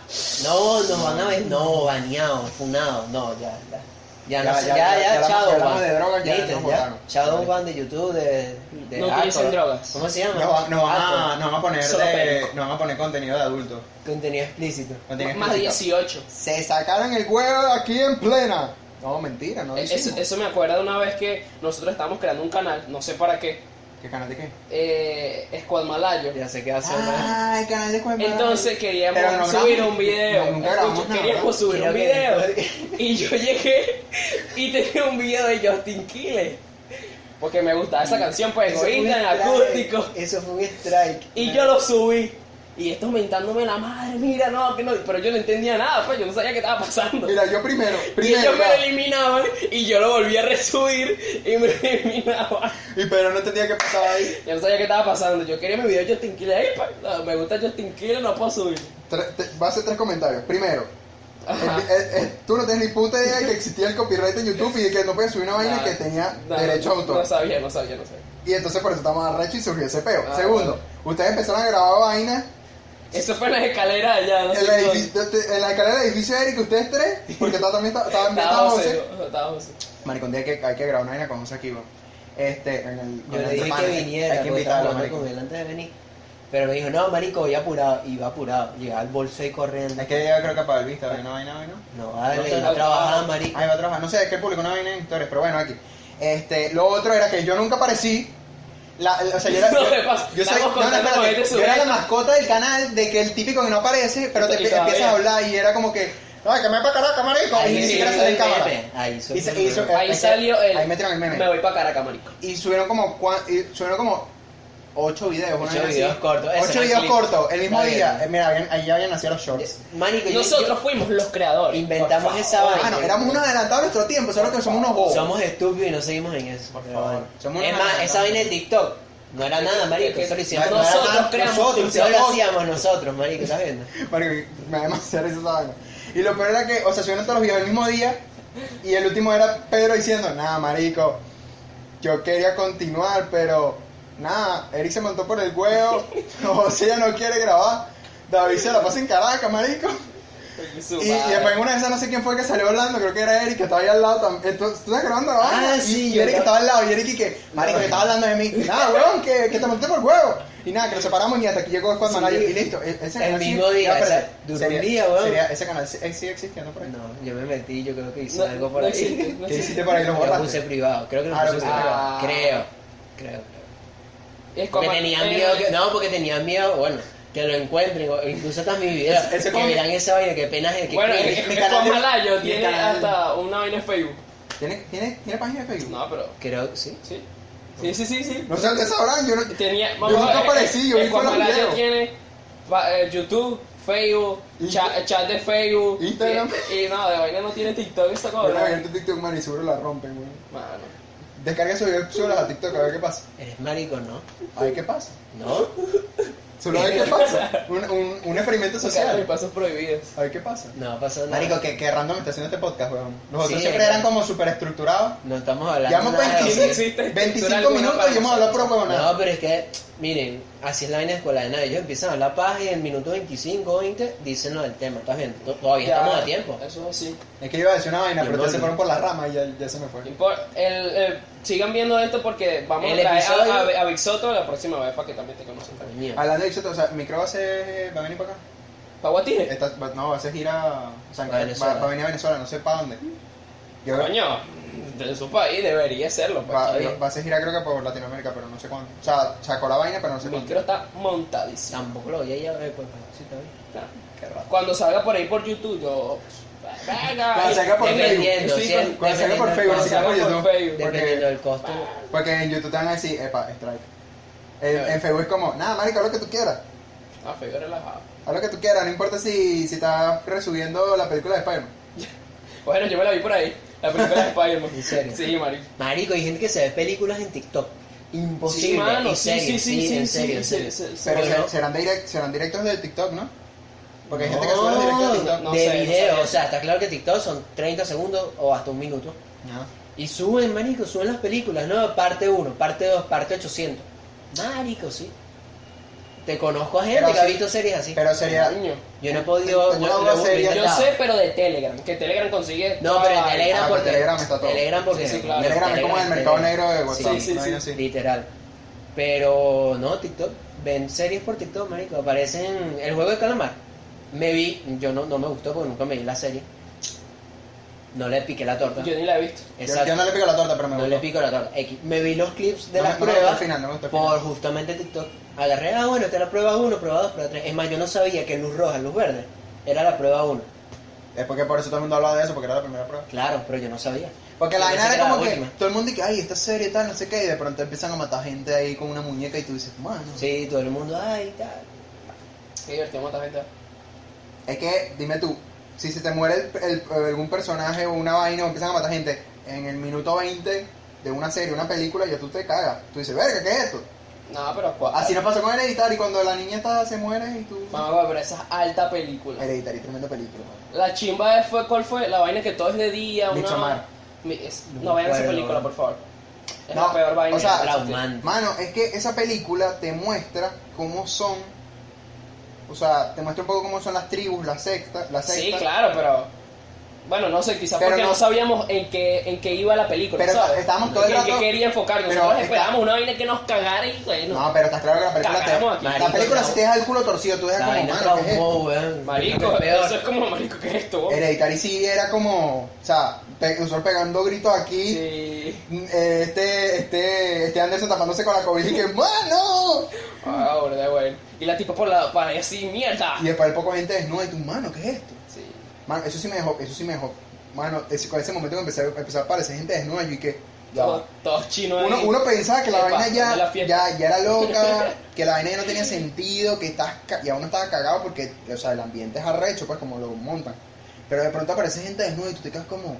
No, nos van a ver. No, baneado, funado. No, ya, ya. Ya, Ya, no sé, ya, ya, ya, ya, ya hablamos- Shadow ya hablamos Ban. de drogas, ya Listo, nos botaron. Shadow Ban de YouTube, de. de No utilicen Apple. drogas. ¿Cómo se llama? Nos van, nos van a, Apple. nos van a poner Solo de, perico. nos van a poner contenido de adulto. Contenido explícito. Contenido más explícito. 18. Se sacaron el huevo aquí en plena. No, mentira, no Eh, Eso, hicimos. eso me acuerda de una vez que nosotros estábamos creando un canal, no sé para qué, ¿Qué canal de qué? eh, Squad Malayo. Ya sé qué hace mal. Ah, el canal de Cuenca. Entonces Pero no queríamos grabamos- subir un video. no, nunca grabamos Escucha, nada, queríamos ¿verdad? subir Creo un que video. después- Y yo llegué y tenía un video de Justin Quiles. Porque me gustaba esa canción, pues, Eso fue un egoísta, en strike, acústico. Eso fue un strike. Y yo lo subí. Y esto mentándome la madre, mira, no, que no. Pero yo no entendía nada, pues, yo no sabía qué estaba pasando. Mira, yo primero, Y primero. ellos me ya. lo eliminaban y yo lo volví a resubir y me [LAUGHS] lo eliminaban. Y pero no entendía qué pasaba ahí. Yo no sabía qué estaba pasando. Yo quería mi video de Justin Quiles. Ey, pa, no, me gusta Justin Quiles, no puedo subir. Tre- te- va a hacer tres comentarios. Primero, [LAUGHS] Ajá. el- el- el- tú no tienes ni puta idea de que existía el copyright en YouTube y de que no podías subir una vaina Nah, que tenía nah, derecho a autor. No sabía, no sabía, no sabía. y entonces por eso estamos arrecho y surgió ese peo. Ah, Segundo, ustedes empezaron a grabar vainas Eso fue en las escaleras allá, no sé en la, dónde. edifi- de- de- en la escalera del edificio de Eric, ustedes tres, porque está también está- estaba Estaba estaba José, José. yo- estaba José. Maricón, hay que, hay que grabar una vaina con José aquí, weón. Este, en el. Yo en le el dije que pan, viniera, Hay que porque invitarlo, estaba hablando maricón. con él antes de venir. Pero me dijo, no, marico, voy apurado. Iba apurado. Llegaba al bolso y corriendo. Es que yo creo que para el visto, una vaina, vaina. No, dale, No no, sé, no, trabajaba, no. marico. Ahí va a trabajar. No sé, es que publicó una vaina en historias, pero bueno, aquí. Este, lo otro era que yo nunca aparecí. La, la- o sea, yo era, No, yo- de paso, yo soy- estamos no, no, contando espérate, con este yo era la sujeto. mascota del canal de que el típico que no aparece, pero te Y empie- todavía. empiezas a hablar y era como que, ay, que me voy para Caracas, marico, y ni sí, siquiera hizo salí en el cámara. meme. Ahí hizo Y se- el hizo- meme. Ahí Ese- salió el. Eh, ahí metieron el meme. Me voy para Caracas, marico. Y subieron como, cua- y subieron como ocho videos, una Ocho vaina así. videos cortos, ese Ocho era el videos clip. cortos, el mismo Está día. bien. Eh, mira, habían- ahí ya habían nacido los shorts. Marico, yo- Nosotros yo- fuimos los creadores. Inventamos por esa favor. vaina. Ah, no, éramos unos adelantados a nuestro tiempo, solo que somos unos bobos. somos estúpidos y no seguimos en eso. Por pero favor. bueno. Somos es una- más, esa vaina de TikTok no era nada, marico. Eso lo hicimos No, no era nosotros. nosotros nada, creamos nosotros, Eso lo nosotros. hacíamos nosotros, marico, ¿estás viendo? Marico, me da demasiada risa esa vaina. Y lo peor era que, o sea, subieron todos los videos el mismo día. Y el último era Pedro diciendo, nada, marico, yo quería continuar, pero nada, Eric se montó por el huevo. [LAUGHS] José ya no quiere grabar. David se la pasa en Caracas, marico. Su Y, y madre. después en una de esas no sé quién fue que salió hablando, creo que era Eric, que estaba ahí al lado también. Entonces, tú estás grabando la vaina? Ah, Y- sí, y yo Eric creo- estaba al lado, y Eric y que, marico, que estaba hablando de mí. Nada, weón, que, que te monté por el huevo. Y nada, que lo separamos y hasta aquí llegó Squad Sí. Manager y listo. E- Ese El canal sí- mismo día, ya, espérate, ese- duró un sería- día, weón. sería- ese canal sí- eh, sigue existiendo por ahí. No, yo me metí, yo creo que hice No, algo por no existe, ahí. no ¿Qué existe. hiciste por ahí? Lo Lo puse borraste. privado, creo que lo Ah, lo puse puse privado. privado. Creo, creo, creo. Es Porque como- tenía eh, miedo que, no, porque tenía miedo, bueno, que lo encuentren, o incluso hasta mis videos, Ese que como- vean esa vaina, que pena es que Bueno, que- mi- es mi es canal como de- Malayo, mi tiene canal- hasta una vaina en Facebook. ¿Tiene, tiene, ¿Tiene página de Facebook? No, pero. creo, sí. Sí. Sí, sí, sí. sí. No sé dónde sabrán, yo no... Tenía. Yo nunca aparecí, yo vi todos Juan los Malayo videos. eh, tiene pa- eh, YouTube, Facebook, cha- Insta- chat de Facebook. Instagram. Y, y no, de vaina no tiene TikTok, esta Yo la vi en cosa. tu TikTok, man, y seguro la rompen, weón. Mano. Descarga su video, súbelas a TikTok, a ver qué pasa. Eres marico, ¿no? A ver qué pasa. ¿No? Solo a ver qué [LAUGHS] pasa. Un, un, un experimento Social. social. pasos prohibidos. A ver qué pasa. No pasa nada. Marico, que, que random está haciendo este podcast, weón. Los otros Sí, siempre eh. eran como súper estructurados. No estamos hablando Llevamos nada de 25, eso. existe estructura 25 alguna minutos para y hemos hablado nosotros. pura huevonada. No, pero es que, miren, así es la vaina de escuela de nada. Ellos empiezan a hablar paja y en el minuto 25 o 20 dicen lo del tema. ¿Estás bien? To- Todavía Ya, estamos a tiempo. Eso es así. Es que iba a decir una vaina, Yo pero no, ustedes se yo- fueron por la rama y ya, ya se me fue. No importa, el- el- sigan viendo esto porque vamos El a traer episodio- a, a, a Big Soto la próxima vez para que también te conozcan. Coño. Hablando de éxito, o sea, mi creo va a ser. ¿Va a venir para acá? ¿Paguatines? Esta- va- no, va a ser gira. O sea, A va, Venezuela. va a venir a Venezuela, no sé para dónde. Yo, va, Coño, de su país debería serlo. pues, está bien. va a ser gira, creo que por Latinoamérica, pero no sé cuándo. O sea, sacó la vaina, pero no sé El cuándo. micro está montadísimo. Tampoco lo voy a llevar eh, pues, sí, está bien. Claro. Qué raro. Cuando salga por ahí por YouTube, yo. Venga, Cuando salga por Dependiendo, Facebook. si es- cuando salga por dependiendo- Facebook, ni siquiera cuando por salga por YouTube. Facebook, porque- Dependiendo del costo. Porque en YouTube te van a decir, epa, strike. En, en Facebook es como, nada, marico, haz lo que tú quieras. Ah, feo relajado. Haz lo que tú quieras, no importa si, si estás resubiendo la película de Spider-Man. Bueno, yo me la vi por ahí. La película de Spider-Man. ¿En serio? Sí, marico. Marico, hay gente que se ve películas en TikTok. Imposible. Sí, mano, y sí, series, sí, sí, sí, en sí, serio, en sí, serio. sí, sí. Pero Yo se- no. serán, direct- serán directos del TikTok, ¿no? Porque hay gente que sube los directos de TikTok. no de sé, no video, sabía. o sea, está claro que TikTok son 30 segundos o hasta un minuto. No. Y suben, marico, suben las películas, ¿no? Parte 1, parte 2, parte 800. Marico, sí. Te conozco a gente Pero que ha sí. visto series así. Pero sería. Coño. yo no he podido... Tengo no- una no hemos serie- Yo intentado. sé, pero de Telegram. Que Telegram consigue. No, pero en Ah, Telegram ah, por porque... Telegram está todo. Telegram porque... Sí, sí, claro. Telegram es como el mercado negro de WhatsApp. Sí, sí, una vaina sí. así. Literal. Pero no, TikTok. Ven series por TikTok, marico. Aparecen el juego de calamar. Me vi, yo no, no me gustó porque nunca me vi la serie. No le piqué la torta. Yo ni la he visto. Yo, yo no le pego la torta, pero me No le gustó. pico la torta. X. Me vi los clips de No me- las no me pruebas gustó el final, no me gustó el por final. justamente TikTok. Agarré, ah, bueno, esta es la prueba 1, prueba 2, prueba 3. Es más, yo no sabía que luz roja, luz verde era la prueba 1. Es porque por eso todo el mundo hablaba de eso, porque era la primera prueba. Claro, pero yo no sabía. Porque la Yo pensé vaina era la como que última. todo el mundo dice, ay, esta serie tal, no sé qué, y de pronto empiezan a matar gente ahí con una muñeca y tú dices, mano. Sí, todo el mundo, ay, tal. Qué divertido matar gente. Es que, dime tú, si se te muere el- el- algún personaje o una vaina o empiezan a matar gente en el minuto 20 de una serie, una película, ya tú te cagas. Tú dices, verga, ¿qué es esto? No, pero. Así nos pasó con Hereditary, cuando la niña está- se muere y tú... Mamá, pero esa es alta película. Hereditary, tremenda película. man. La chimba de fue, ¿cuál fue? La vaina que todo es de día, una... Midsommar. Mi- es- No no vayan a esa recuerdo. película, por favor. Es No, la peor vaina. o sea, que existe. Traumante. Mano, es que esa película te muestra cómo son... O sea, te muestra un poco cómo son las tribus, las sectas, las sectas. Sí, claro, pero... Bueno, no sé, quizás Pero porque no, no- sabíamos en qué, en qué iba la película, Pero ¿sabes? estábamos todo el En qué rato- quería enfocarnos. pero Nosotros está- esperábamos una vaina que nos cagara y bueno... No, pero estás claro que la película Cagamos aquí. te... La Marico, película no. si te deja el culo torcido, tú dejas La como, vaina mano, ¿qué es esto? traumó, weón. Marico, Lo peor. eso es como, marico, ¿qué es esto? vos? Hereditary sí era como, o sea, pe- nosotros pegando gritos aquí, Sí. eh, este, este, este Anderson tapándose con la cobija y que ¡mano! Ah, de bueno. Y la tipa por la pared así, mierda. Y después el poco gente desnuda y tu mano, ¿qué es esto? Sí. Mano, eso sí me dejó, eso sí me dejó. Mano, ese- con ese momento que empecé, empezó a aparecer gente desnuda y que ya Todos, va. todos chinos Uno, ahí. uno pensaba que la Epa, vaina ya, de la fiesta. ya, ya era loca, que la vaina ya no tenía sentido, que estás ca- ya uno estaba cagado porque, o sea, el ambiente es arrecho, pues como lo montan. Pero de pronto aparece gente desnuda y tú te quedas como,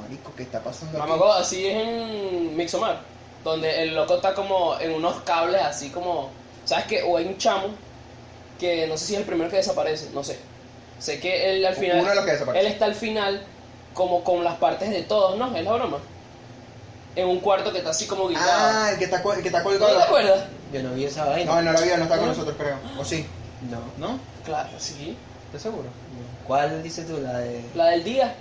marico, ¿qué está pasando aquí? Mamá, go, así es en Mixomar, donde el loco está como en unos cables así como, ¿sabes qué? O hay un chamo que no sé si es el primero que desaparece, no sé. Sé que él al final, Uno de los que desaparece. él está al final como con las partes de todos, ¿no? Es la broma. En un cuarto que está así como guindado. Ah, el que está, cu- el que está ¿No te colgado. acuerdas? Yo no vi esa vaina. No, no la vi, no está con nosotros, creo. ¿O sí? No. ¿No? Claro, sí. ¿Estás seguro? ¿Cuál dices tú? La de... La del día.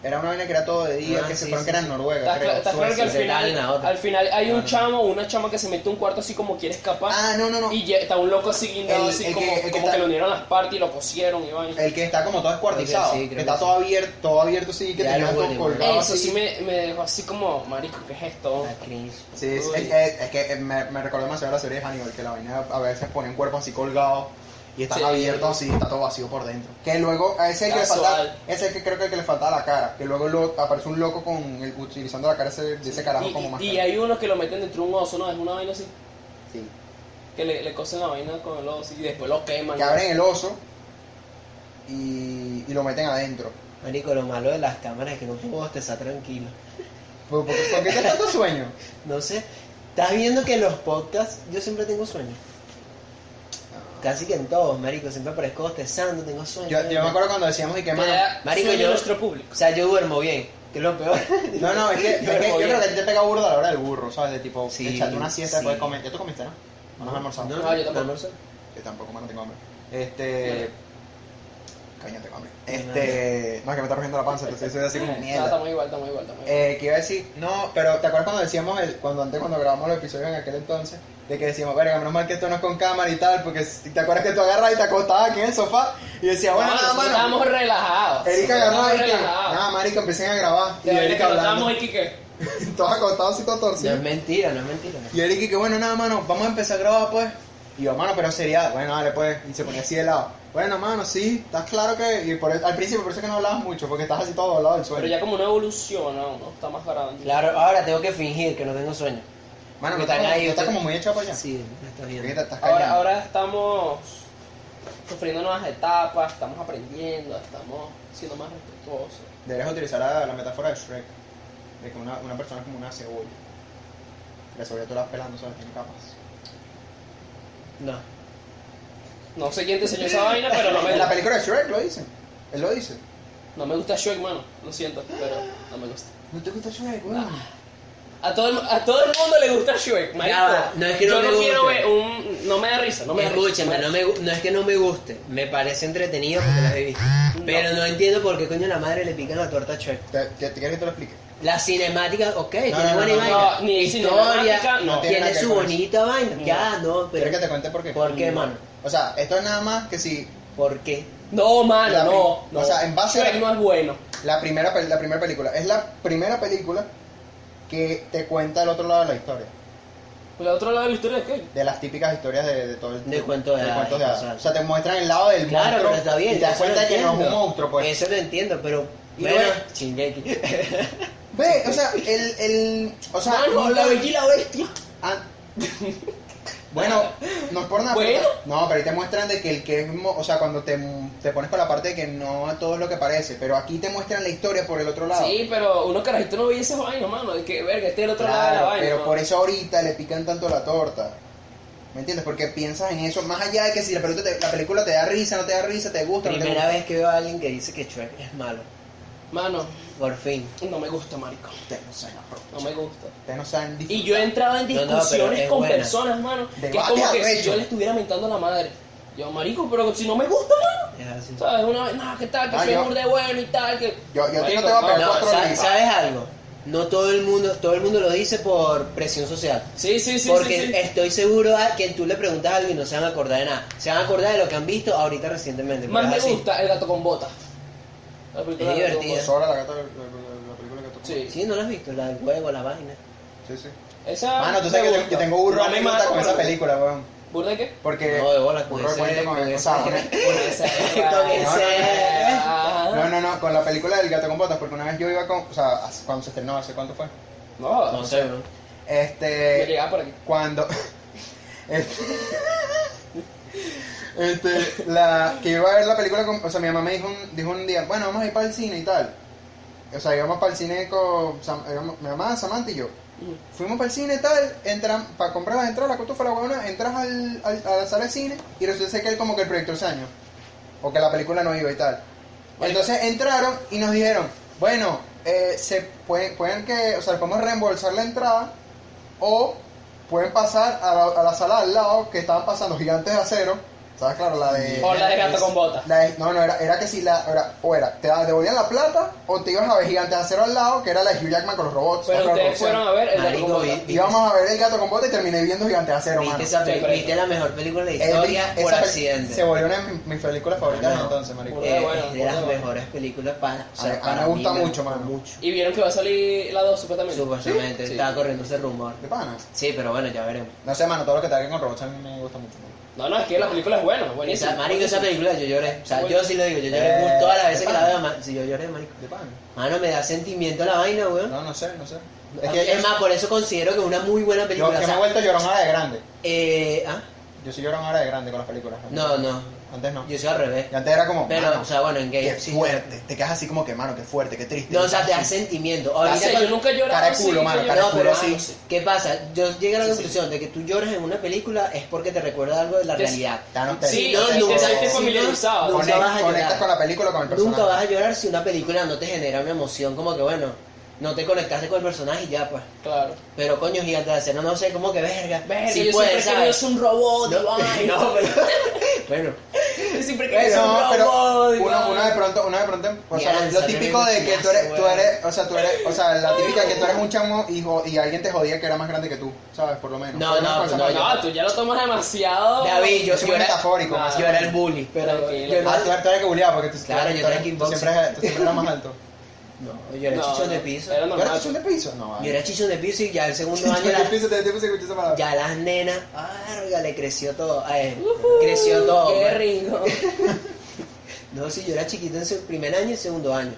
Era una vaina que era todo de día, Ah, que se sí, fueron sí. que era en Noruega, ¿Estás creo. cla- estás claro que al Suecia. Suecia, Dana, final, otra. al final hay un Claro. chamo o una chama que se mete a un cuarto así como quiere escapar? Ah, no, no, no. Y ya está un loco así guindado, El- así el que- como, el que como está- Eh, que lo unieron las partes y lo cosieron y vaina. El que está como todo Creo descuartizado, que sí, que, creo que está sí. todo abierto, todo abierto, sí, que Ya tenía lo todo último. colgado. Eso así. sí me, me dejó así como, marico, ¿qué es esto? Eh, La cringe. Sí, es, Uy. es que, es que eh, me, me recordó demasiado la serie de Hannibal, que la vaina a veces ponen cuerpos así colgados y están Sí. abiertos así, está todo vacío por dentro. Que luego, a ese es el que le falta, Casual. ese es el que creo que, el que le falta la cara, que luego lo- aparece un loco con el, utilizando la cara ese- de ese carajo y, como y- más. y hay unos que lo meten dentro de un oso, ¿no? Es una vaina así, sí. que le, le cosen la vaina con el oso y después lo queman. que abren el oso y, y lo meten adentro. Marico, lo malo de las cámaras es que no puedo estar tranquilo. ¿Por, por, por qué te tanto [LAUGHS] sueño? No sé, estás viendo que los podcasts, yo siempre tengo sueño. casi que en todos, marico. Siempre aparezco bostezando, tengo sueño. Yo, yo me acuerdo cuando decíamos y que, mano, Queda Marico, sueño yo- nuestro público. O sea, yo duermo bien, que es lo peor. No, no, [LAUGHS] es que, es que Yo yo duermo creo que a bien. ti te pega burda a la hora del burro, ¿sabes? De tipo, Sí, echarte una siesta sí. después de comer. Ya tú comiste, ¿no? No nos almorzamos. No, yo tampoco. almuerzo. Yo tampoco, mano, tengo hambre. Este. Coño, tengo hambre. Este. No, es que me está rompiendo la panza, entonces soy [LAUGHS] así como No, mierda. estamos igual, estamos igual, estamos igual. Eh, que iba a decir, no, pero ¿te acuerdas cuando decíamos, el, cuando antes cuando grabamos los episodios en aquel entonces, de que decíamos, verga, menos mal que esto no es con cámara y tal, porque si te acuerdas que tú agarras y te acostabas aquí en el sofá y decías, Eh, bueno, No, nada, nosotros mano. estamos relajados. Erika agarraba agarraba y que, nada, marico, empiecen a grabar. Y De verdad que Erika no estamos hablando, aquí que. [LAUGHS] todos acostados así todo No torcido. es mentira, no es mentira. no. Y Eric, y que bueno, nada, mano, vamos a empezar a grabar, pues. Y yo, mano, pero sería, bueno, dale, pues. Y se ponía así de lado. Bueno, mano, sí, estás claro que. Y por el- al principio, por eso es que no hablabas mucho, porque estás así todo doblado del suelo. Pero ya como no evoluciona, uno está más grande. Claro, ahora tengo que fingir que no tengo sueño. Mano, Me que estás, están como- ahí, que estás usted- como muy echado para allá. Sí, me estás Que viendo. te estás Ahora, callando. ahora estamos sufriendo nuevas etapas, estamos aprendiendo, estamos siendo más respetuosos. Deberías utilizar la, la metáfora de Shrek. De que una, una persona es como una cebolla. La cebolla tú la vas pelando, ¿sabes? Tiene capas. No. No sé quién diseñó esa vaina, pero no me, En la película de Shrek lo dicen. Él lo dice. no me gusta Shrek, mano. Lo siento, pero no me gusta. ¿No te gusta Shrek, weón? Ah. A todo, el, a todo el mundo le gusta Shrek, marico. Ya va, no es que no Yo me no quiero guste. ver un... No me da risa, no me da risa. Escúchame, no, me, gu- no es que no me guste, me parece entretenido Ah. porque las he visto. No. Pero no entiendo por qué coño la madre le pican la torta a Shrek. ¿Te, te, te quieres que te lo explique? La cinemática, ok, No, tiene no, buena no, vaina. no, ni cinemática, no. Tiene nada Tiene que su ver con bonita vaina. No. Ya, no, ¿Quieres que pero. te cuente por qué? Mm. ¿Por qué, mano? O sea, esto es nada más que si ¿Por qué? No, La mano, prim- no, no. o sea, en base a- Shrek no es bueno. La primera, pel- la primera película. Es la primera película que te cuenta el otro lado de la historia. Por el otro lado de la historia es que... De las típicas historias de, de todo el Del cuento de hadas, cuentos o sea. O sea, te muestran el lado del Claro, monstruo. pero está bien. Y te das eso lo cuenta de que no es un entiendo. monstruo, pues. Eso lo entiendo, pero. Y Bueno, bueno. [LAUGHS] Shingeki. Ve, o sea, el. el o sea, Mano, no la la- bella y la bestia. ah. bueno, no es por nada. Bueno. pero- No, pero ahí te muestran de que el que es. mo- O sea, cuando te, te pones con la parte de que no a todo es lo que parece. Pero aquí te muestran la historia por el otro lado. Sí, pero uno carajito no veía esas vainas, mano. De que, verga, este es el otro lado de la Claro, vaina. pero ¿no? por eso ahorita le pican tanto la torta. ¿Me entiendes? Porque piensas en eso, más allá de que si la, película te, la película te da risa, no te da risa, te gusta, no te Primera gusta. vez que veo a alguien que dice que Shrek es malo. Mano, Por fin. no me gusta, marico. Ustedes no saben aprovechar, No me gusta. ustedes no saben Y disfrutar. yo he entrado en No, no, pero discusiones es con buena. personas, mano, que es Debate como que si arrecho. yo le estuviera mentando a la madre. Yo, marico, pero si no me gusta, mano. Es así. ¿Sabes? Una vez, no, ¿qué tal? Que Ah, soy yo- burda de bueno y tal. Que... Yo- yo a ti no Marico, te voy a pegar No, cuatro sa- libras. ¿sabes algo? No todo el mundo, todo el mundo lo dice por presión social. Sí, sí, sí. Porque sí, sí. estoy seguro a- que tú le preguntas algo y no se van a acordar de nada. Se van a acordar de lo que han visto ahorita recientemente. pero Más es me así. gusta el gato con botas. La película Es del gato con divertida. Sora, la gata, la, la- la película que tocó. Sí. Sí, no lo has visto, la del huevo, la vaina. sí, sí. botas. Esa. Mano, tú Ah, me sabes que yo, gusta. yo tengo burro No me anécdota mata, con esa pero- película, weón. ¿Burda de qué? Porque. No, de bola, con burro ese- cuento Eh, con con o ese- [LAUGHS] sea, una- [LAUGHS] Con ese- No, No, no, no, con la película del gato con botas, porque una vez yo iba con. O sea, hace- cuando se estrenó, ¿hace cuánto fue? no. No sé, ¿no? Yo Este. llegaba por aquí. cuando este, este, la que iba a ver la película con, o sea mi mamá me dijo un, dijo un día bueno vamos a ir para el cine y tal o sea íbamos para el cine con Sam- íbamos- mi mamá Samantha y yo fuimos para el cine y tal entran para comprar las entradas la cotufa la buena entras al, al- a la sala de cine y resulta ser que él como que el proyector se dañó o que la película no iba y tal entonces entraron y nos dijeron bueno eh, se pueden pueden que o sea les podemos reembolsar la entrada o pueden pasar a la, a la sala al lado que estaban pasando gigantes de acero. ¿Sabes? Claro, la de. O la de gato con botas. la de- no, no, era, era que si la. Era, o era, te ah, devolvían la plata o te ibas a ver gigantes de acero al lado, que era la de Hugh Jackman con los robots. Pero otra ustedes producción. fueron a ver el gato Marico, con botas. vi- Y vamos a ver el gato con bota y terminé viendo gigantes de acero, ¿Viste, mano. esa peli- Sí, pero- viste la mejor película de la Es- historia Eh, esa por pel- accidente. Se volvió una de mis, mis películas favoritas No. entonces, marico. Por- Eh, Bueno, es de las bueno. mejores películas para. O A- a sea, mí para me gusta mí mucho, mano. Mucho. Y vieron que va a salir la 2 supuestamente. Supuestamente, Sí. estaba corriendo ese rumor. De panas. Sí, pero bueno, ya veremos. No sé, mano, todo lo que te hagan con robots a mí me gusta mucho. mano. No, no, es que la película es buena, buenísima. Esa, marico, esa película yo lloré. O sea, Bueno. yo sí lo digo, yo Eh, lloré mu- todas las veces que la pana. veo. ma- Si yo lloré, marico. De panas. Mano, me da sentimiento la vaina, weón. No, no sé, no sé. Es, Es que yo, más, por eso considero que es una muy buena yo, película. yo o me he sea, vuelto llorón ahora de grande. eh, ¿ah? Yo sí llorón ahora de grande con las películas. No, no. Antes no. Yo soy al revés. Y antes era como. Pero, mano, o sea, bueno, en qué gay. sí. fuerte. Te quedas así como que, mano, qué fuerte, qué triste. No, o sea, te da Así. sentimiento. Ah, Ahorita sí, con- yo nunca he llorado cara de así, culo, nunca mano, he cara de llorado, No, pero culo mano, así. sí. ¿Qué pasa? Yo llegué a la Sí, conclusión de que tú lloras en una película es porque te recuerda algo de la Te- realidad. Thanos te- Sí, no, te- nunca- te sientes sí, familiarizado. no, Conect- nunca vas a conectas llorar. con la película o con el personaje. Nunca vas a llorar si una película no te genera una emoción como que, bueno, no te conectaste con el personaje y ya, pues. Claro. Pero coño, gigante de acero, no sé, como que verga. Verga, sí yo puede, siempre quería ¿sabes? ser un robot, No, Iván. no, pero... bueno, Yo [LAUGHS] siempre quería ser No, un pero robot, uno, Iván. uno de pronto, uno de pronto, o sea, Mierda, lo típico salió de que tú un eres, tú coñazo, eres, o sea, tú eres, o sea, la típica que tú eres un chamo y, jo- y alguien te jodía que era más grande que tú, ¿sabes? Por lo menos. No, Por lo menos no, con esa no, parte. No, tú ya lo tomas demasiado. David, yo, Yo soy yo muy era- metafórico, Nah, más yo era el bully, pero Ah, Tranquilo. yo no, Ah, tú eres tú eres que buleaba porque tú, tú Claro, yo era eres- tú kickboxer. siempre, eres- tú siempre eras más [LAUGHS] alto. no, yo era No, chichón de no, piso. era ¿Tú normal. eres chichón de piso? No, Yo era chichón de piso y ya el segundo año Chichón de la- piso, te te- te escuché esa palabra. ya las nenas, verga, le creció todo, a él, creció todo. Qué pues. [LAUGHS] rico. No, sí, yo era chiquito en su primer año y segundo año.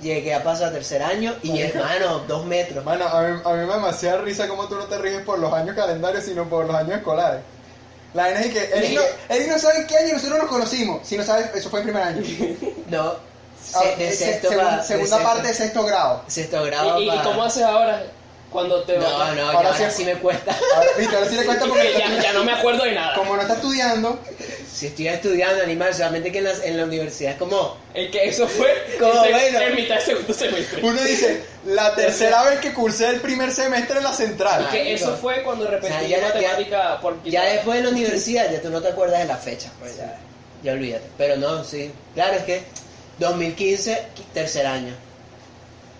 Llegué a pasar a tercer año y hermano, dos metros. Mano, a mí, a mí me da demasiada risa cómo tú no te ríes por los años calendarios, sino por los años escolares. La vaina es que Eric no, Eric no sabe en qué año nosotros nos conocimos. Si no sabes, eso fue en primer año. No, Ah, se- de se- sexto segun- pa- de segunda sexto- parte de sexto grado. Sexto grado ¿Y, y- y pa- cómo haces ahora? Cuando te No, vas- no, Ahora ya ahora sí- sí me cuesta. Ahora, viste, ahora sí le cuento porque [LAUGHS] Que ya, ya no me acuerdo de nada. como no está estudiando, Si estoy estudiando animal, solamente que en la, en la universidad es como... El que eso fue ¿Cómo, en, bueno? en mitad del segundo semestre. uno dice, la tercera vez que cursé el primer semestre en la central. Ah, Que eso marico. fue cuando repetí O sea, ya era- matemática por Ya quinta. después de la universidad, ya tú no te acuerdas de la fecha. Pues ya, ya olvídate. Pero no, sí. Claro, es que 2015, tercer año.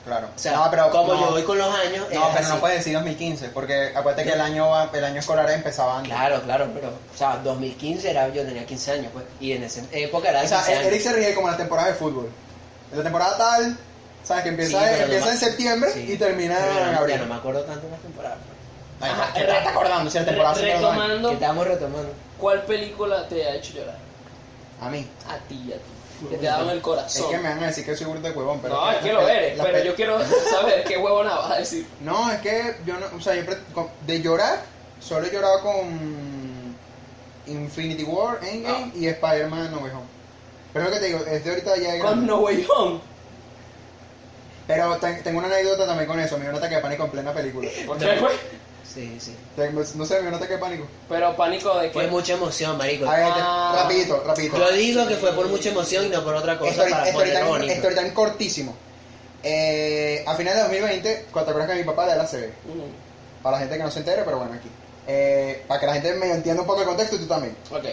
Claro. O sea, no, pero como no, yo voy con los años... es no, pero así. no puedes decir 2015, porque acuérdate que el año va- el año escolar empezaba antes. Claro, claro, pero... O sea, 2015 era... Yo tenía 15 años, pues. Y en esa época era O de sea, 15 años. Eric se ríe como en la temporada de fútbol. En la temporada tal, sabes que empieza, Sí, pero empieza no en me- septiembre sí. y termina Pero ya no- en abril. Ya no me acuerdo tanto de las temporadas. pues. Ay, Ajá, ¿qué estás acordando? Si la temporada Re- se acordó. Que retomando, estábamos retomando. ¿cuál película te ha hecho llorar? A mí. A ti, a ti. Que te ha dado en el corazón. Es que me van a decir que soy burda de huevón, pero... no, es que lo la- eres, la- pero yo quiero saber qué huevona vas a decir. No, es que yo no... O sea, yo... pre- con- De llorar, solo he llorado con... Infinity War, Ah. Endgame y Spider-Man No Way Home. Pero lo que te digo, es de ahorita ya... Con No Way Home. Pero ten- tengo una anécdota también con eso. Me dio un ataque de pánico en plena película. [LAUGHS] ¿Por qué, pues? Sí, sí. Tengo- No sé, me dio un ataque de pánico. Pero pánico de Fue que. mucha emoción, marico. A ver, te- Ah. rapidito, rapidito. Yo digo que fue por mucha emoción y no por otra cosa Story, para story, ponerlo time, bonito. story time cortísimo. Eh, a finales de 2020, cuando te acuerdas que mi papá le da la CB. Ujú, Para la gente que no se entere, pero bueno, aquí. Eh, para que la gente me entienda un poco el contexto y tú también. Ok.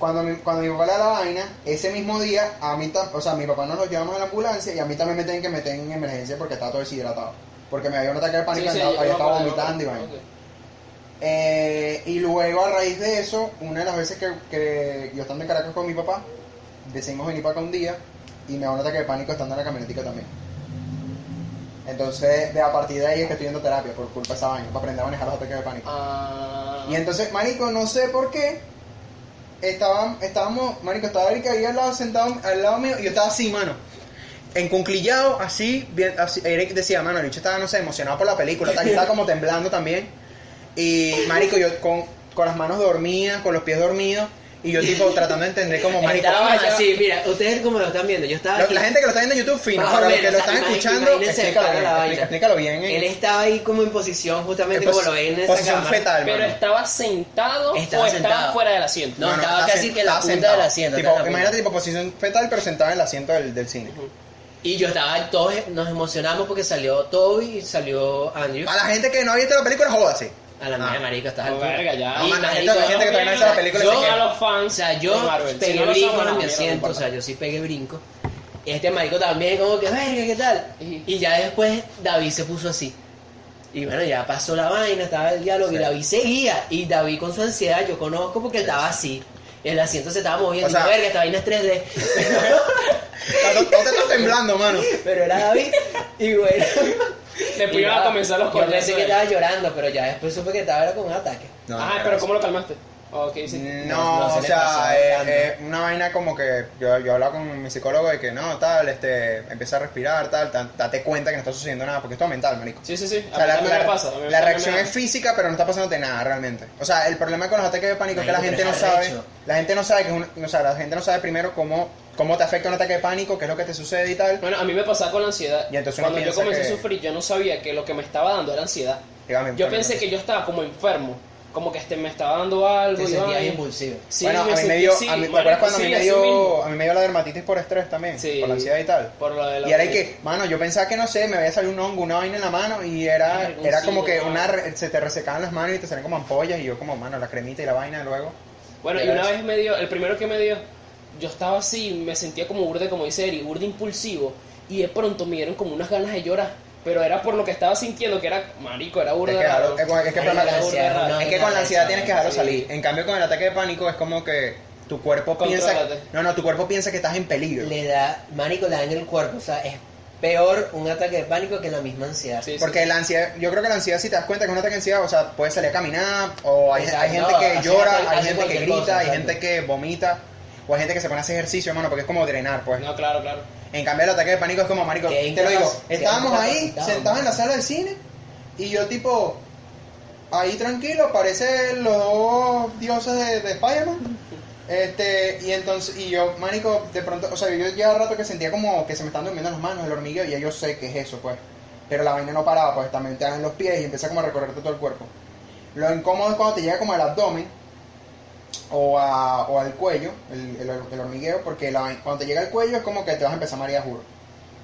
Cuando mi, cuando mi papá le da la vaina, ese mismo día, a mí tam- o sea, a mi papá nos lo llevamos a la ambulancia y a mí también me tienen que meter en emergencia porque estaba todo deshidratado. Porque me había un ataque de pánico, Sí, sí, andaba- yo había me estado acuerdo, vomitando y yo me vaina. acuerdo. Eh, y luego a raíz de eso, una de las veces que, que yo estando en Caracas con mi papá, decidimos venir para acá un día y me da un ataque de pánico estando en la camionetica también. Entonces, de a partir de ahí es que estoy yendo a terapia por culpa de esa vaina, para aprender a manejar los ataques de pánico. Ah. Y entonces, marico, no sé por qué, estaban, estábamos, marico, estaba Erika ahí al lado, sentado al lado mío, y yo estaba así, mano. Encunclillado, así, bien, así. Eric decía, mano, el bicho estaba, no sé, emocionado por la película, tal, y estaba como temblando también. Y, marico, yo con, con las manos dormidas, con los pies dormidos, y yo, tipo, tratando de entender como, marico, Estábamos vaya. así, mira, ustedes como lo están viendo, yo estaba Lo- aquí, la gente que lo está viendo en YouTube, fino, Más o pero los que lo menos, o sea, están imagi- escuchando, imagínense explícalo para bien, la vaina. explí- explícalo bien. en- él estaba ahí como en posición justamente en como pos- lo ven en esa posición cámara. fetal, Pero mano. estaba sentado Estaba o estaba sentado. fuera del asiento. No, estaba está casi sen- que la estaba punta sentado. del asiento, Tipo, estaba en la imagínate, punta. tipo, posición fetal, pero sentada en el asiento del, del cine. Y yo estaba, todos nos emocionamos porque salió Toby y salió Andrew. A la gente que no ha visto la película, jódase. A la madre, Ah. marico, estás No, al verga, ya. No, Y man, la gente, marico, la gente que todavía no hizo la película yo- se a queda. los fans. O sea, de yo Marvel. Si pegué no lo brinco somos, en mi no, asiento, importa. o sea, yo sí pegué brinco. Este marico también como que, verga, ¿qué tal? Ujú. Y ya después David se puso así. Y bueno, ya pasó la vaina, estaba el diálogo Sí. y David seguía. Y David con su ansiedad, yo conozco porque él estaba así. El asiento se estaba moviendo. O sea- y, verga, esta vaina es 3D. No no te estás temblando, mano. Pero [LAUGHS] era David. Y bueno. Después y iban a nada, comenzar los Yo pensé coñazos que de- estaba llorando, pero ya después supe que estaba era con un ataque. No, Ajá, no, Ah, Mm. pero no. ¿cómo lo calmaste? ¿O qué dice? No, No, no se o le sea, pasa eh, tanto. eh, una vaina como que yo, yo hablaba con mi psicólogo de que no, tal, este, empieza a respirar, tal, tal, date cuenta que no está sucediendo nada, porque esto es mental, marico. Sí, sí, sí. O A sea, mí la, también la- me pasa. a mí la también reacción me- es física, pero no está pasándote nada realmente. O sea, el problema con los ataques de pánico es que la Marico, gente no pero es sabe, arrecho. la gente no sabe que es un- o sea, la gente no sabe primero cómo, cómo te afecta un ataque de pánico, qué es lo que te sucede y tal. Bueno, a mí me pasaba con la ansiedad. Y entonces uno Cuando yo piensa comencé que- a sufrir, yo no sabía que lo que me estaba dando era ansiedad. Dígame, Yo por pensé que ejemplo. yo estaba como enfermo, como que este me estaba dando algo. Te y sentías vaina. impulsivo. Sí, bueno, a mí me sentí- dio, sí, a mí- ¿te marico, acuerdas cuando a sí, mí me así dio, mismo. a mí me dio la dermatitis por estrés también, Sí. por la ansiedad y tal? Por lo de la Y era y botella. que, mano, yo pensaba que no sé, me había salido un hongo, una vaina en la mano y Ah, era, un era como sí, que ¿no? una re- se te resecaban las manos y te salían como ampollas y yo como, mano, la cremita y la vaina luego. Bueno, y Era una eso. vez me dio, el primero que me dio, yo estaba así, me sentía como burde, como dice Eri, burde impulsivo, y de pronto me dieron como unas ganas de llorar, pero era por lo que estaba sintiendo, que era, marico, era burde Es que, raro. es que- es que Marico, problema- era burde ansiedad, raro. no, es que con la ansiedad tienes que dejarlo Sí. salir. En cambio con el ataque de pánico es como que tu cuerpo piensa, Contrólate. no, no, tu cuerpo piensa que estás en peligro. Le da, marico, le da en el cuerpo. O sea, es peor un ataque de pánico que la misma ansiedad. Sí, sí. Porque la ansiedad, yo creo que la ansiedad, si te das cuenta que es un ataque de ansiedad, o sea, puedes salir a caminar, o hay, Exacto, hay gente no, que hace- llora, hace hay gente que cualquier grita, cosa, hay exacto. gente que vomita, o hay gente que se pone a hacer ejercicio, hermano, porque es como drenar, pues. No, claro, claro. En cambio, el ataque de pánico es como, marico, Que te lo digo, incapacitado, estábamos ahí, incapacitado, sentados en la marico. sala del cine, y yo tipo, ahí tranquilo, parecen los dos dioses de, de Spider-Man. Este, y entonces, y yo, marico, de pronto, o sea, yo llevaba rato que sentía como que se me están durmiendo las manos, el hormigueo, y ya yo sé que es eso, pues. Pero la vaina no paraba, pues también te dan los pies y empieza como a recorrerte todo el cuerpo. Lo incómodo es cuando te llega como al abdomen o, a- o al cuello, el, el- el hormigueo, porque la vaina- cuando te llega al cuello es como que te vas a empezar a marear, juro.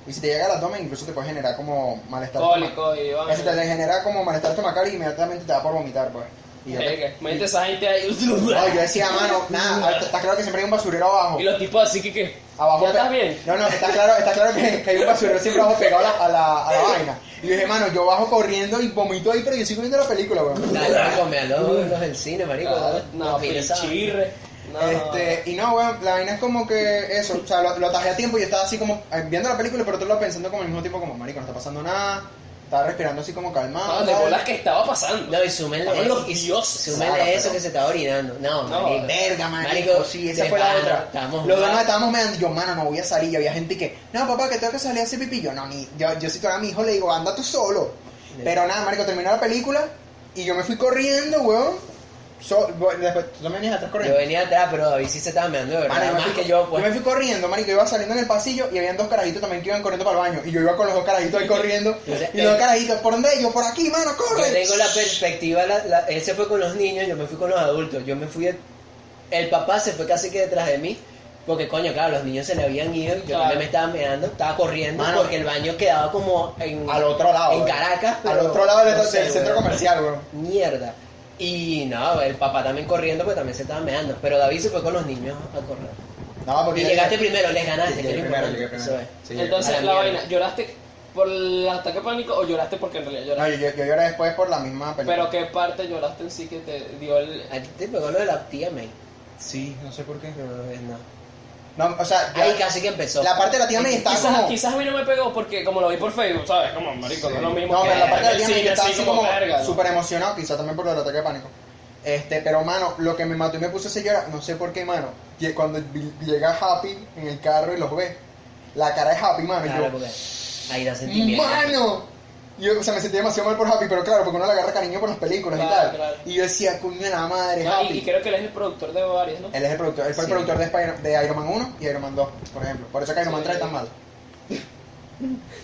Y si te llega al abdomen, incluso te puede generar como malestar. estomacal. Cólico y Eso te vaina. genera como malestar estomacal y inmediatamente te da por vomitar, pues. Y yo, Verga, Imagínate esa gente ahí. [LAUGHS] No, yo decía, mano, nada, está claro que siempre hay un basurero abajo. Y los tipos así que qué. Abajo ¿Ya estás pe- bien? No, no, está claro, está claro que, que hay un basurero siempre abajo pegado a la, a la, a la vaina. Y yo dije, mano, yo bajo corriendo y vomito ahí, pero yo sigo viendo la película, weón. Dale, marico, me los, los del cine, marico. Ah, dale. No, Mira esa- pichirre. No. Este, y no, weón, la vaina es como que eso, o sea, lo, lo atajé a tiempo y yo estaba así como eh, viendo la película, pero otro lado pensando como al mismo tiempo, como, marico, no está pasando nada, estaba respirando así como calmado. No, Ah, de tal. bolas que estaba pasando. No, y súmenle, Estamos los y dioses. súmenle Claro, eso pero- eh, que se estaba orinando. No, No, marico. Verga, marico, Marico, sí, esa de fue la pana, otra. estamos Los demás mal. estábamos meando, yo, mano, no voy a salir, y había gente que, no, papá, que tengo que salir a hacer pipí, yo, no, ni, yo, yo si tuviera a mi hijo le digo, anda tú solo. Pero nada, marico, terminó la película y yo me fui corriendo, weón. So- bo- después, tú también venías atrás Yo corriendo. venía atrás, pero David sí se estaba meando de Mano, verdad. yo me Más fui- que yo, yo pues. me fui corriendo, marico, iba saliendo en el pasillo y habían dos carajitos también que iban corriendo para el baño. Y yo iba con los dos carajitos ahí corriendo. Yo sé- y los dos carajitos, ¿por dónde? Yo, por aquí, mano, Yo corre. tengo la perspectiva, la- la- él se fue con los niños, yo me fui con los adultos, yo me fui, de- el papá se fue casi que detrás de mí, porque coño, claro, los niños se le habían ido, yo Claro. también me estaba meando, estaba corriendo, Mano. porque el baño quedaba como en, Al otro lado. en weón. Caracas, Al pero- otro lado del, no sé, del centro weón. comercial, weón. Mierda. Y no, el papá también corriendo, porque también se estaba meando, pero David se fue con los niños a correr. No, porque Y ya- llegaste primero, les Sí, ganaste, que es llegué lo primero, importante, llegué primero. eso es. Sí, llegué Entonces, la a la mierda. vaina, ¿lloraste por el ataque de pánico o lloraste porque en realidad Ah, No, lloraste? yo, yo, yo lloré después por la misma película. Pero qué parte lloraste en sí que te dio el. A ti te pegó lo de la tía May. Sí, no sé por qué. No, no. No, o sea, ya- Ahí casi que empezó. la parte de la tía me estaba Quizás, como... quizás a mí no me pegó porque como lo vi por Facebook, ¿sabes? Como marico, no es lo mismo. No, que pero la parte de el la cine, yo estaba así así como verga, ¿no? súper emocionado, quizás también por el ataque de pánico. Este, pero mano, lo que me mató y me puse a llorar, no sé por qué, mano, que cuando vi- llega Happy en el carro y los ve, la cara de Happy, mano, y Claro, yo, porque ahí da sentimiento. ¡Mano! Yo, o sea, me sentía demasiado mal por Happy, pero claro, porque uno le agarra cariño por las películas y Claro, tal. claro. Y yo decía, coño de la madre, No, y- Happy. Eh, y, creo que él es el productor de varias, ¿no? Él es el productor, él fue Sí. el productor de, Spider- de Iron Man 1 y Iron Man 2, por ejemplo. Por eso que Iron Man Sí. 3 es tan malo.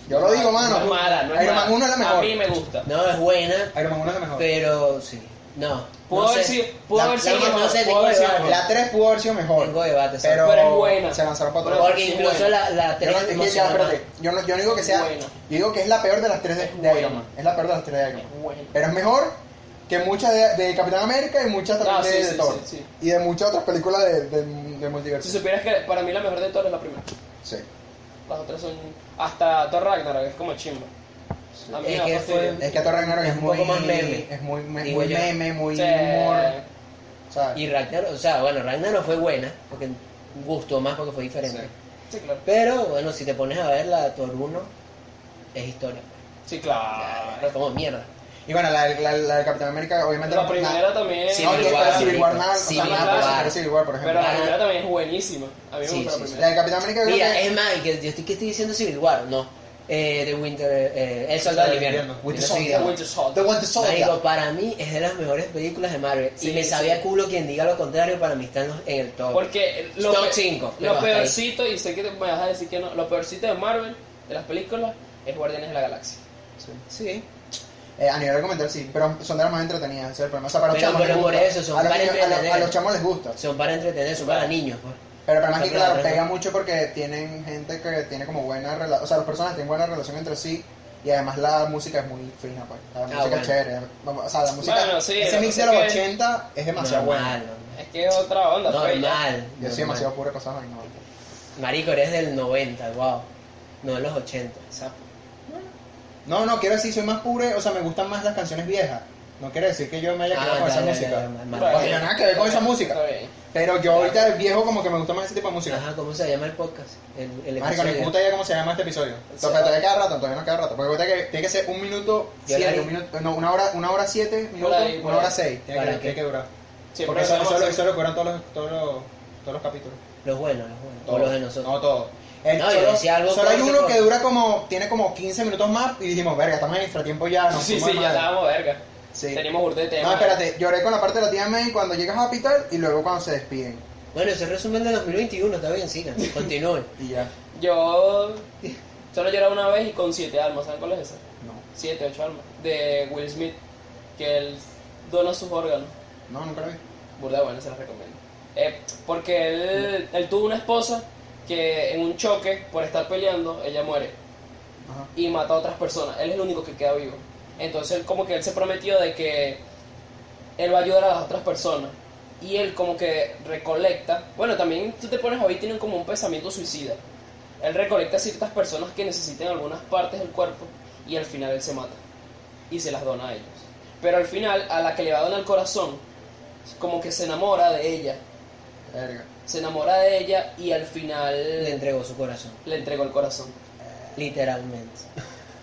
Yo lo digo, mano. No es mala, no es Iron Man mala. 1 es la mejor. A mí me gusta. No es buena, Iron Man 1 es la mejor. pero sí. No. Pudo no haber sé. sido, pudo La- haber la sido que mejor, no sé, pudo haber tengo sido que mejor. La 3 pudo haber sido mejor. Tengo debate. ¿sabes? pero, Pero es buena. Se lanzaron para otro Pero- lado. Porque sí, incluso bueno. la, la Yo no, es que- tres ya, emocional. espérate, yo no- yo no digo que sea. Buena. Yo digo que es la peor de las tres de, Es de Iron buena. Man. Es la peor de las tres de Iron Man. Es buena. Pero es mejor que muchas de, de Capitán América y muchas también No, de, sí, de sí, Thor. sí, sí. Y de muchas otras películas de, de, de Si multiverso. supieras que para mí la mejor de todas es la primera. Sí. Las otras son. Hasta Thor Ragnarok, es como chimba. A mí Es me que fastidia. fue- Es que Thor Ragnarok es, un muy. poco más meme, Es muy, me- digo muy yo. meme, muy Sí. humor. ¿sabes? Y Ragnarok, o sea, bueno, Ragnarok fue buena, porque gustó más porque fue diferente. Sí, claro. Pero bueno, si te pones a ver la Thor 1, es historia. Sí, claro. Es como mierda. Y bueno, la, la, la de Capitán América, obviamente. La no- primera también. Sí, No, Civil ni War, para Civil War marico. nada, o sea, Civil nada War. para Civil War, por Pero ejemplo. la primera también es buenísima. A mí me Sí, gusta la sí, sí. La primera. de Capitán América, creo Mira, que- es más, que yo estoy, que estoy diciendo Civil War, no. Eh, The Winter, eh, El Soldado del Invierno. Winter Mira, Soldier. sí, ya. Winter The Soldier. Winter Soldier. Marico, para mí es de las mejores películas de Marvel. Sí, y me sí. sabía culo quien diga lo contrario, para mí están los- en el top. Porque lo, Top pe- cinco, pero lo hasta ahí. peorcito, y sé que te- me vas a decir que no, lo peorcito de Marvel, de las películas, es Guardianes de la Galaxia. Sí. Sí. Eh, a nivel documental sí, pero son de las más entretenidas, ese es el problema. O sea, para los Pero- chamos pero les por gusta. eso, son a, los para niños- a los- entretener. a los chamos les gusta. Son para entretener, son para niños. pues. Pero para mí, Está claro, claro, pega claro. mucho porque tienen gente que tiene como buena relación, o sea, las personas tienen buena relación entre sí y además la música es muy fina, pues. La música bueno. es chévere. Vamos, O sea, la música, Bueno, sí, ese lo mix que de pasa los es que- 80 es demasiado normal, Es que es otra onda. pues, ya. Normal. normal. bueno. Yo soy demasiado pobre para esas vainas. Marico, eres del 90, wow. No de los 80. Exacto. No, no, quiero decir, soy más pobre, o sea, me gustan más las canciones viejas. No quiere decir que yo me haya quedado con Ah, ya, esa ya, música. ya, ya, mal- Bueno, Vale. mal- nada que ver con esa música. Está bien. Pero yo ahorita el viejo como que me gusta más ese tipo de música. Ajá, ¿cómo se llama el podcast? El, el Marico, ni episodio. puta idea cómo se llama este episodio. Sí. Todavía todavía cada rato, todavía no cada rato. Porque todavía que, tiene que ser un minuto Ya siete, la- un minuto, no, una hora, una hora siete minutos, ahí, por una hora ahí. seis. Tiene que, ¿Para qué? tiene que durar. Sí, Porque pero eso, vamos eso, a- eso lo curan todos los, todos los, todos los capítulos. Los buenos, los buenos. O Todos. los de nosotros. No, todos. El- No, yo solo decía algo pues. solo hay corto, uno corto. que dura como, tiene como 15 minutos más y dijimos, verga, estamos en extra tiempo ya. Nos Sí, fuimos de sí, ya madre". estábamos verga. Sí. Tenemos burda de No, temas. espérate, lloré con la parte de la tía May cuando llegas a hospital y luego cuando se despiden. Bueno, ese resumen de 2021, está bien, sigan. Continúen. Y ya. Yo solo lloré una vez y con siete almas, ¿saben cuál es esa? No, Siete, ocho almas. De Will Smith, que él dona sus órganos. no, nunca lo vi. Burda bueno, se las recomiendo. Eh, porque él, él tuvo una esposa que en un choque, por estar peleando, ella muere Ajá. y mata a otras personas. Él es el único que queda vivo. Entonces, él como que él se prometió de que él va a ayudar a las otras personas. Y él como que recolecta. Bueno, también tú te pones hoy, tienen como un pensamiento suicida. Él recolecta ciertas personas que necesiten algunas partes del cuerpo y al final él se mata. Y se las dona a ellos. Pero al final, a la que le va a donar el corazón, como que se enamora de ella. Verga. Se enamora de ella y al final [LAUGHS] Le entregó su corazón, le entregó el corazón. literalmente.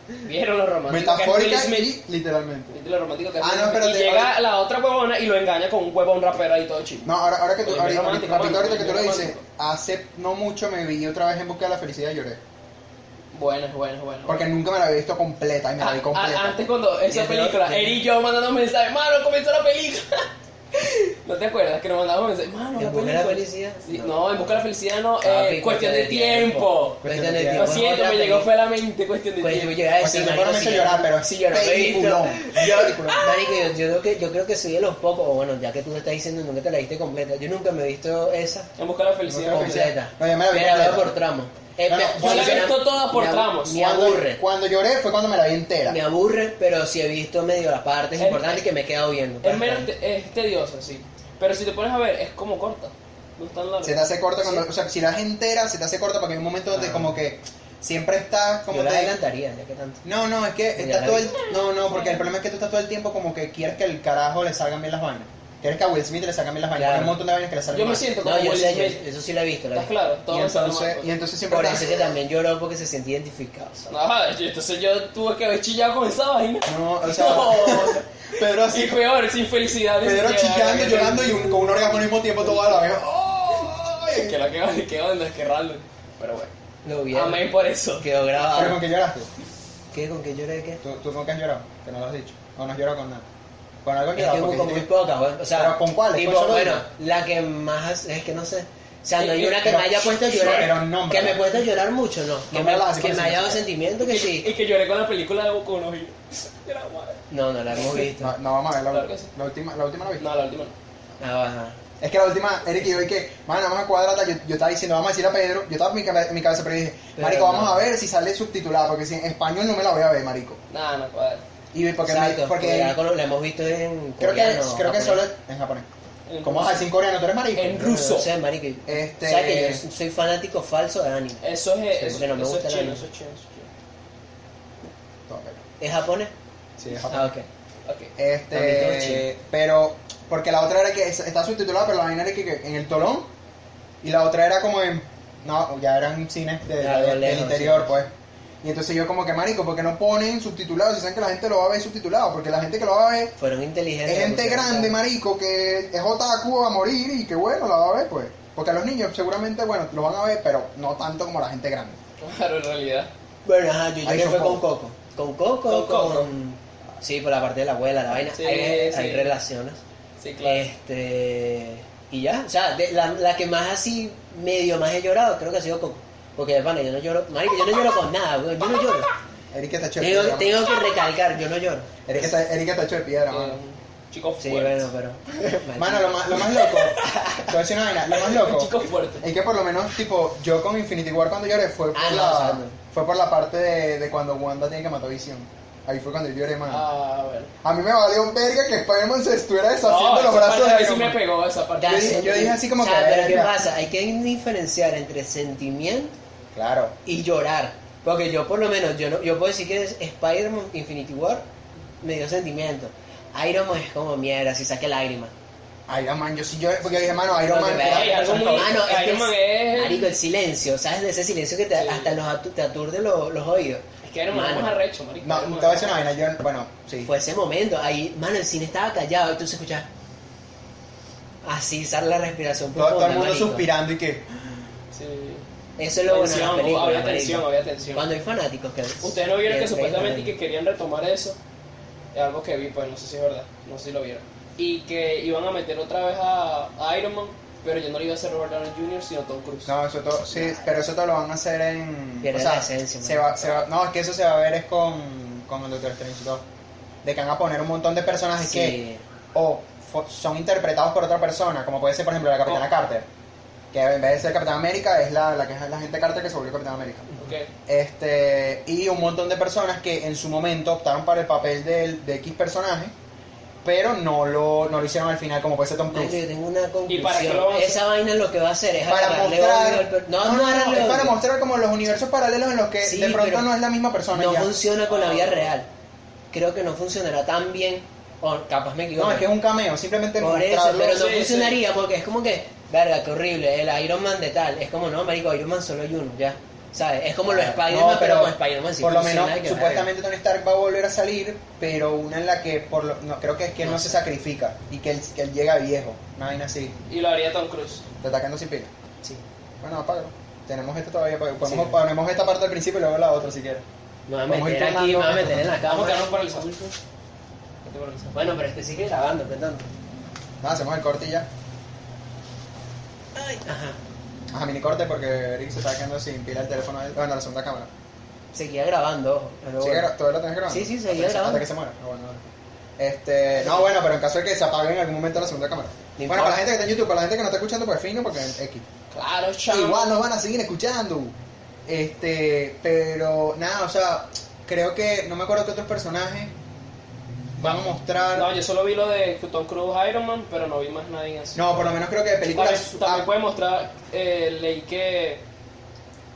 ¿Vieron los románticos? Metafórica y literalmente. Viste lo romántico que es Ah, no, Will Smith. espérate, Y llega ahora- la otra huevona y lo engaña con un huevón rapero ahí todo chido. No, ahora, ahora que tú, Oye, ahorita, muy romántico, rapidito, mano, ahorita que tú lo muy dices, romántico. hace no mucho me vi otra vez en busca de la felicidad y lloré. Bueno, es bueno, es bueno. Porque nunca me la había visto completa y me la vi Ah, ah, completa. antes cuando esa Desde película, los- Eri y yo mandando mensajes, mano, comenzó la película. [LAUGHS] ¿No te acuerdas que nos mandábamos mensajes? Mano, Ah, la ¿En busca de película. la felicidad? Sí, no, en busca de la felicidad no, Papi, eh, cuestión de tiempo. Cuestión de tiempo. Lo siento, me llegó fue a la mente, cuestión de Pues yo tiempo. llegué a Porque decir, el marico, recuerdo me hizo sí, llorar, pero sí, sí lloró, peliculón. Peliculón. Marico, yo, Ah, yo creo que, yo creo que soy de los pocos, o bueno, ya que tú me estás diciendo, nunca te la viste completa. Yo nunca me he visto esa En busca de la felicidad. No, felicidad. completa. No, yo me la vi Pero completa. por tramos. Eh, No, no, pero- yo la he visto toda por me abu- tramos. Me Cuando- aburre. Cuando lloré fue cuando me la vi entera. Me aburre, pero sí he visto medio las partes Es- importantes que me he quedado viendo. Es menos, te- es tediosa, sí. Pero si te pones a ver, es como corta. No es tan larga. Se te hace corta cuando, Sí. o sea, si la ves entera, se te hace corta porque hay un momento donde Ah. como que siempre estás como Yo la te- adelantaría, ya que tanto. No, no, es que Ya estás la todo vi. el no, no, porque el problema es que tú estás todo el tiempo como que quieres que el carajo le salgan bien las vainas. Quieres que a Will Smith le salgan bien las vainas. Claro. Hay un montón de vainas que le salgan Yo me mal. siento como No, yo Will sé, Smith. yo- eso sí la he visto. La he ¿Estás visto. claro? Y Todo pues. entonces, y entonces siempre Por estás- eso es que también lloró porque se sentía identificado. ¿sabes? No, yo- entonces yo tuve que haber chillado con esa vaina. No, [LAUGHS] o sea, [LAUGHS] No. Pedro Y pues así, peor, sin felicidad. ni Pedro siquiera. chillando, llorando y un- con un orgasmo al mismo tiempo todo a la vez. Ay, Que ¡Ay! la que onda, que onda, que random. Pero bueno. Lo vieron. Amén por eso. ¿Pero Quedó con grabado. qué lloraste? ¿Qué? ¿Con qué lloré? ¿Qué? ¿Tú, tú con qué has llorado? Que no lo has dicho. ¿O no has llorado con nada? Con algo has Es que llorado. hubo porque como muy dijiste- pocas, weón. O sea, ¿Pero con cuáles? tipo, ¿Cuál solo bueno, una? la que más es que no sé. O sea, Sí, no hay sí, una que pero- me haya puesto a pero llorar. nómbrala. que me puesto a llorar mucho, no. Que me, Nómbrala, así que como me si haya dado no se- sentimiento que [LAUGHS] Y sí. que lloré con la película de Boku no Hero. [LAUGHS] Era guay. No, no la hemos visto. No, no, vamos a ver la, Claro que sí. la última, la última la viste. No, la última no. Ah, ajá. Es que la última, Eric y yo y que, mano, vamos a cuadrarla, yo, yo estaba diciendo, vamos a decirle a Pedro, yo estaba en mi, cabe- en mi cabeza, pero dije, Pero marico, vamos no. a ver si sale subtitulada, porque si en español no me la voy a ver, marico. Nada, no, cuadra. Y porque, me- Exacto, porque ya con- la hemos visto en. creo que, coreano, creo que japonés. solo en japonés. En ¿Cómo vas a ruso. decir en coreano? ¿Tú eres marico? En No, no, ruso. O sea, marico. Este- O sea, que yo soy fanático falso de anime. Eso es. Sí, eso, porque no me eso gusta es la chino, luz. eso es chino, eso es chino. Todo, pero- ¿Es japonés? Sí, en Ah, japonés. ok. Ok. [LAUGHS] Este, También todo chino. pero, porque la otra era que es- está subtitulada, pero la vaina era que, que en el tolón, y la otra era como en, no, ya eran cines de, Ya, algo de- del lejos, interior, sí. pues. Y entonces yo como que, marico, porque no ponen subtitulado? Si saben que la gente lo va a ver subtitulado, porque la gente que lo va a ver Fueron es inteligentes. gente pusieron grande, esa- marico, que es otaku va a morir y que bueno, la va a ver, pues. Porque a los niños seguramente, bueno, lo van a ver, pero no tanto como la gente grande. Claro, en realidad. Bueno, ajá, yo Ahí lloré son fue con pocos. Coco. Con Con Coco, Coco. con... Sí, por la parte de la abuela, la vaina. Sí, hay, hay sí. relaciones. Sí, claro. Eh, Este... Y ya, o sea, de- la, la que más así, medio más he llorado, creo que ha sido Coco. Porque, de pana, yo no lloro... Marico, yo no lloro con nada, weón, yo no lloro. Erika está hecho de Tengo, piedra. tengo que recalcar, yo no lloro. Erika está, Erika está hecho de Eh, piedra, mano. Chicos Sí, fuertes. [LAUGHS] bueno, pero... Mano, lo más, lo más loco, te voy a decir una vaina, lo más [LAUGHS] loco Chicos fuertes. es que por lo menos, tipo, yo con Infinity War cuando lloré fue por, Ah, no, la, o sea, no. fue por la parte de, de cuando Wanda tiene que matar a Visión. Ahí fue cuando yo lloré, mano. Ah, bueno. A mí me valió un verga que Spider-Man se estuviera deshaciendo No, los esa brazos parte de sí Iron me Man. pegó esa parte. Ya, Ya, Yo dije- yo dije así como o sea, que, pero ¿qué verga. pasa? Hay que diferenciar entre sentimiento Claro. y llorar. Porque yo por lo menos, yo no, yo puedo decir que es Spider-Man Infinity War me dio sentimiento. Iron Man es como mierda, si saqué lágrimas. Iron Man, yo sí lloré, porque yo dije, mano, Iron No, Man que era- Ey, algo muy- Mano, Ah, es que Iron Man es- Marico, el silencio, ¿sabes? De ese silencio que te, Sí. hasta los atu- te aturde lo- los oídos. Es que Iron Man es Mano. más arrecho, marico. No, te Iron Man voy a es decir una vaina, yo, bueno, sí. Fue ese momento, ahí, mano, el cine estaba callado y tú se escuchas así, sale la respiración Todo, profunda, todo el mundo marico. suspirando y que... Sí. Eso es lo bueno de las Tensión, películas, había marico. tensión, había tensión. Cuando hay fanáticos que... Ustedes no vieron que creen supuestamente que- que querían retomar eso. Es algo que vi, pues no sé si es verdad, no sé si lo vieron. Y que iban a meter otra vez a, a Iron Man, pero yo no lo iba a hacer Robert Downey Jr., sino Tom Cruise. No, eso todo, sí, pero eso todo lo van a hacer en... Pierde o sea, la esencia, se man. va, se va, no, es que eso se va a ver es con, con el Doctor Strange 2. De que van a poner un montón de Ah, personajes que Sí. o fo- son interpretados por otra persona, como puede ser, por ejemplo, la Capitana Oh. Carter. Que en vez de ser Capitán América, es la, la que es la gente Carter que se volvió Capitán América. Ok. este y un montón de personas que en su momento optaron para el papel del- de, X personaje pero no lo, no lo hicieron al final como puede ser Tom Marico, Cruise yo tengo una conclusión. para qué lo vamos a hacer? Esa vaina lo que va a hacer es para agarrarle odio al mostrar per- No, no, agarrarle es para odio. mostrar como los universos paralelos en los que Sí, de pronto pero no es la misma persona No y ya. funciona con la vida real. Creo que no funcionará tan bien. O capaz me equivoco. no es que es un cameo simplemente Por eso, mostrarlo pero no sí, sí. funcionaría porque es como que, verga, qué horrible, el Iron Man de tal. Es como, no, marico, Iron Man solo hay uno, ya. ¿Sabes? Es como los Ah, No, Spider-Man, pero, pero con Spider-Man sí por lo funciona, menos que supuestamente Tony Stark va a volver a salir pero una en la que por lo- no, creo que es que él no se sacrifica y que él, que él llega viejo una vaina así Y lo haría Tom Cruise. te atacando sin pila verga. Sí. bueno apágalo tenemos esto todavía para- podemos- Sí. ponemos esta parte al principio y luego la otra si quieres Me voy a Vamos a ir meter aquí, me tomando- voy a meter en la Vamos a cámara. quedarnos por el azul. Vete por el azul. Bueno, pero es que sigue grabando, perdón. Nada, hacemos el corte y ya. Ajá. Ajá, mini corte porque Eric se está quedando sin pila el teléfono. de él. Bueno, la segunda cámara. Seguía grabando, ojo. pero ¿Sigue bueno. gra- ¿Todavía lo tenés grabando? Sí, sí, seguía Hasta que se- grabando. Hasta que se muera. Ah, bueno, bueno. Este, no, bueno, pero en caso de que se apague en algún momento la segunda cámara. Ni Bueno, para la importa. gente que está en YouTube, para la gente que no está escuchando, pues fino, porque es X. Claro, chamo. Igual nos van a seguir escuchando. Este, pero nada, o sea, creo que no me acuerdo qué otros personajes van a mostrar. No, yo solo vi lo de Tom Cruise Iron Man, pero no vi más nadie en eso. No, por lo menos creo que de También, películas. también ah, puede mostrar, eh, leí que,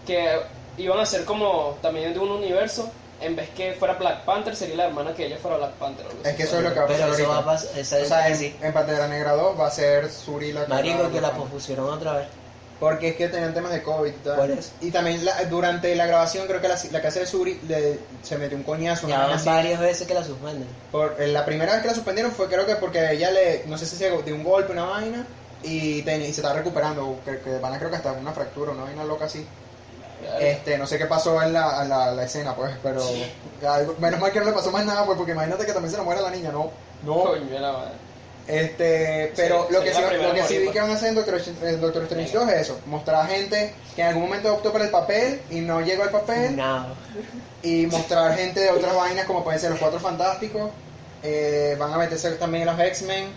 que iban a ser como también de un universo, en vez que fuera Black Panther, sería la hermana que ella fuera Black Panther. o algo es así. que eso es lo que va a pasar Pero eso va ahorita. a pasar. esa- O sea, en, sí. en Pantera Negra 2 va a ser Suri la Marico, que la ¿no? pospusieron otra vez. Porque es que tenían temas de COVID y tal. Por eso. Y también la- durante la grabación, creo que la, la casa de Suri le- se metió un coñazo. una Ya vaina van así. varias veces que la suspenden. Por, eh, la primera vez que la suspendieron fue creo que porque ella le, no sé si se dio un golpe, una vaina, y, te- y se está recuperando. Que, que van a creo que hasta una fractura, una vaina loca así. Este, no sé qué pasó en la, en la, la escena, pues, pero algo- menos mal que no le pasó más nada, pues, porque imagínate que también se le muera la niña, no. No, Coño de la madre. Este, pero Sí, lo que sería sí, la primera lo que sí morir, vi pues. que van a hacer en Doctor, en Doctor Strange 2 es eso, mostrar a gente que en algún momento optó por el papel y no llegó al papel No. y mostrar gente de otras vainas como pueden ser los Cuatro Fantásticos, eh, van a meterse también los X-Men,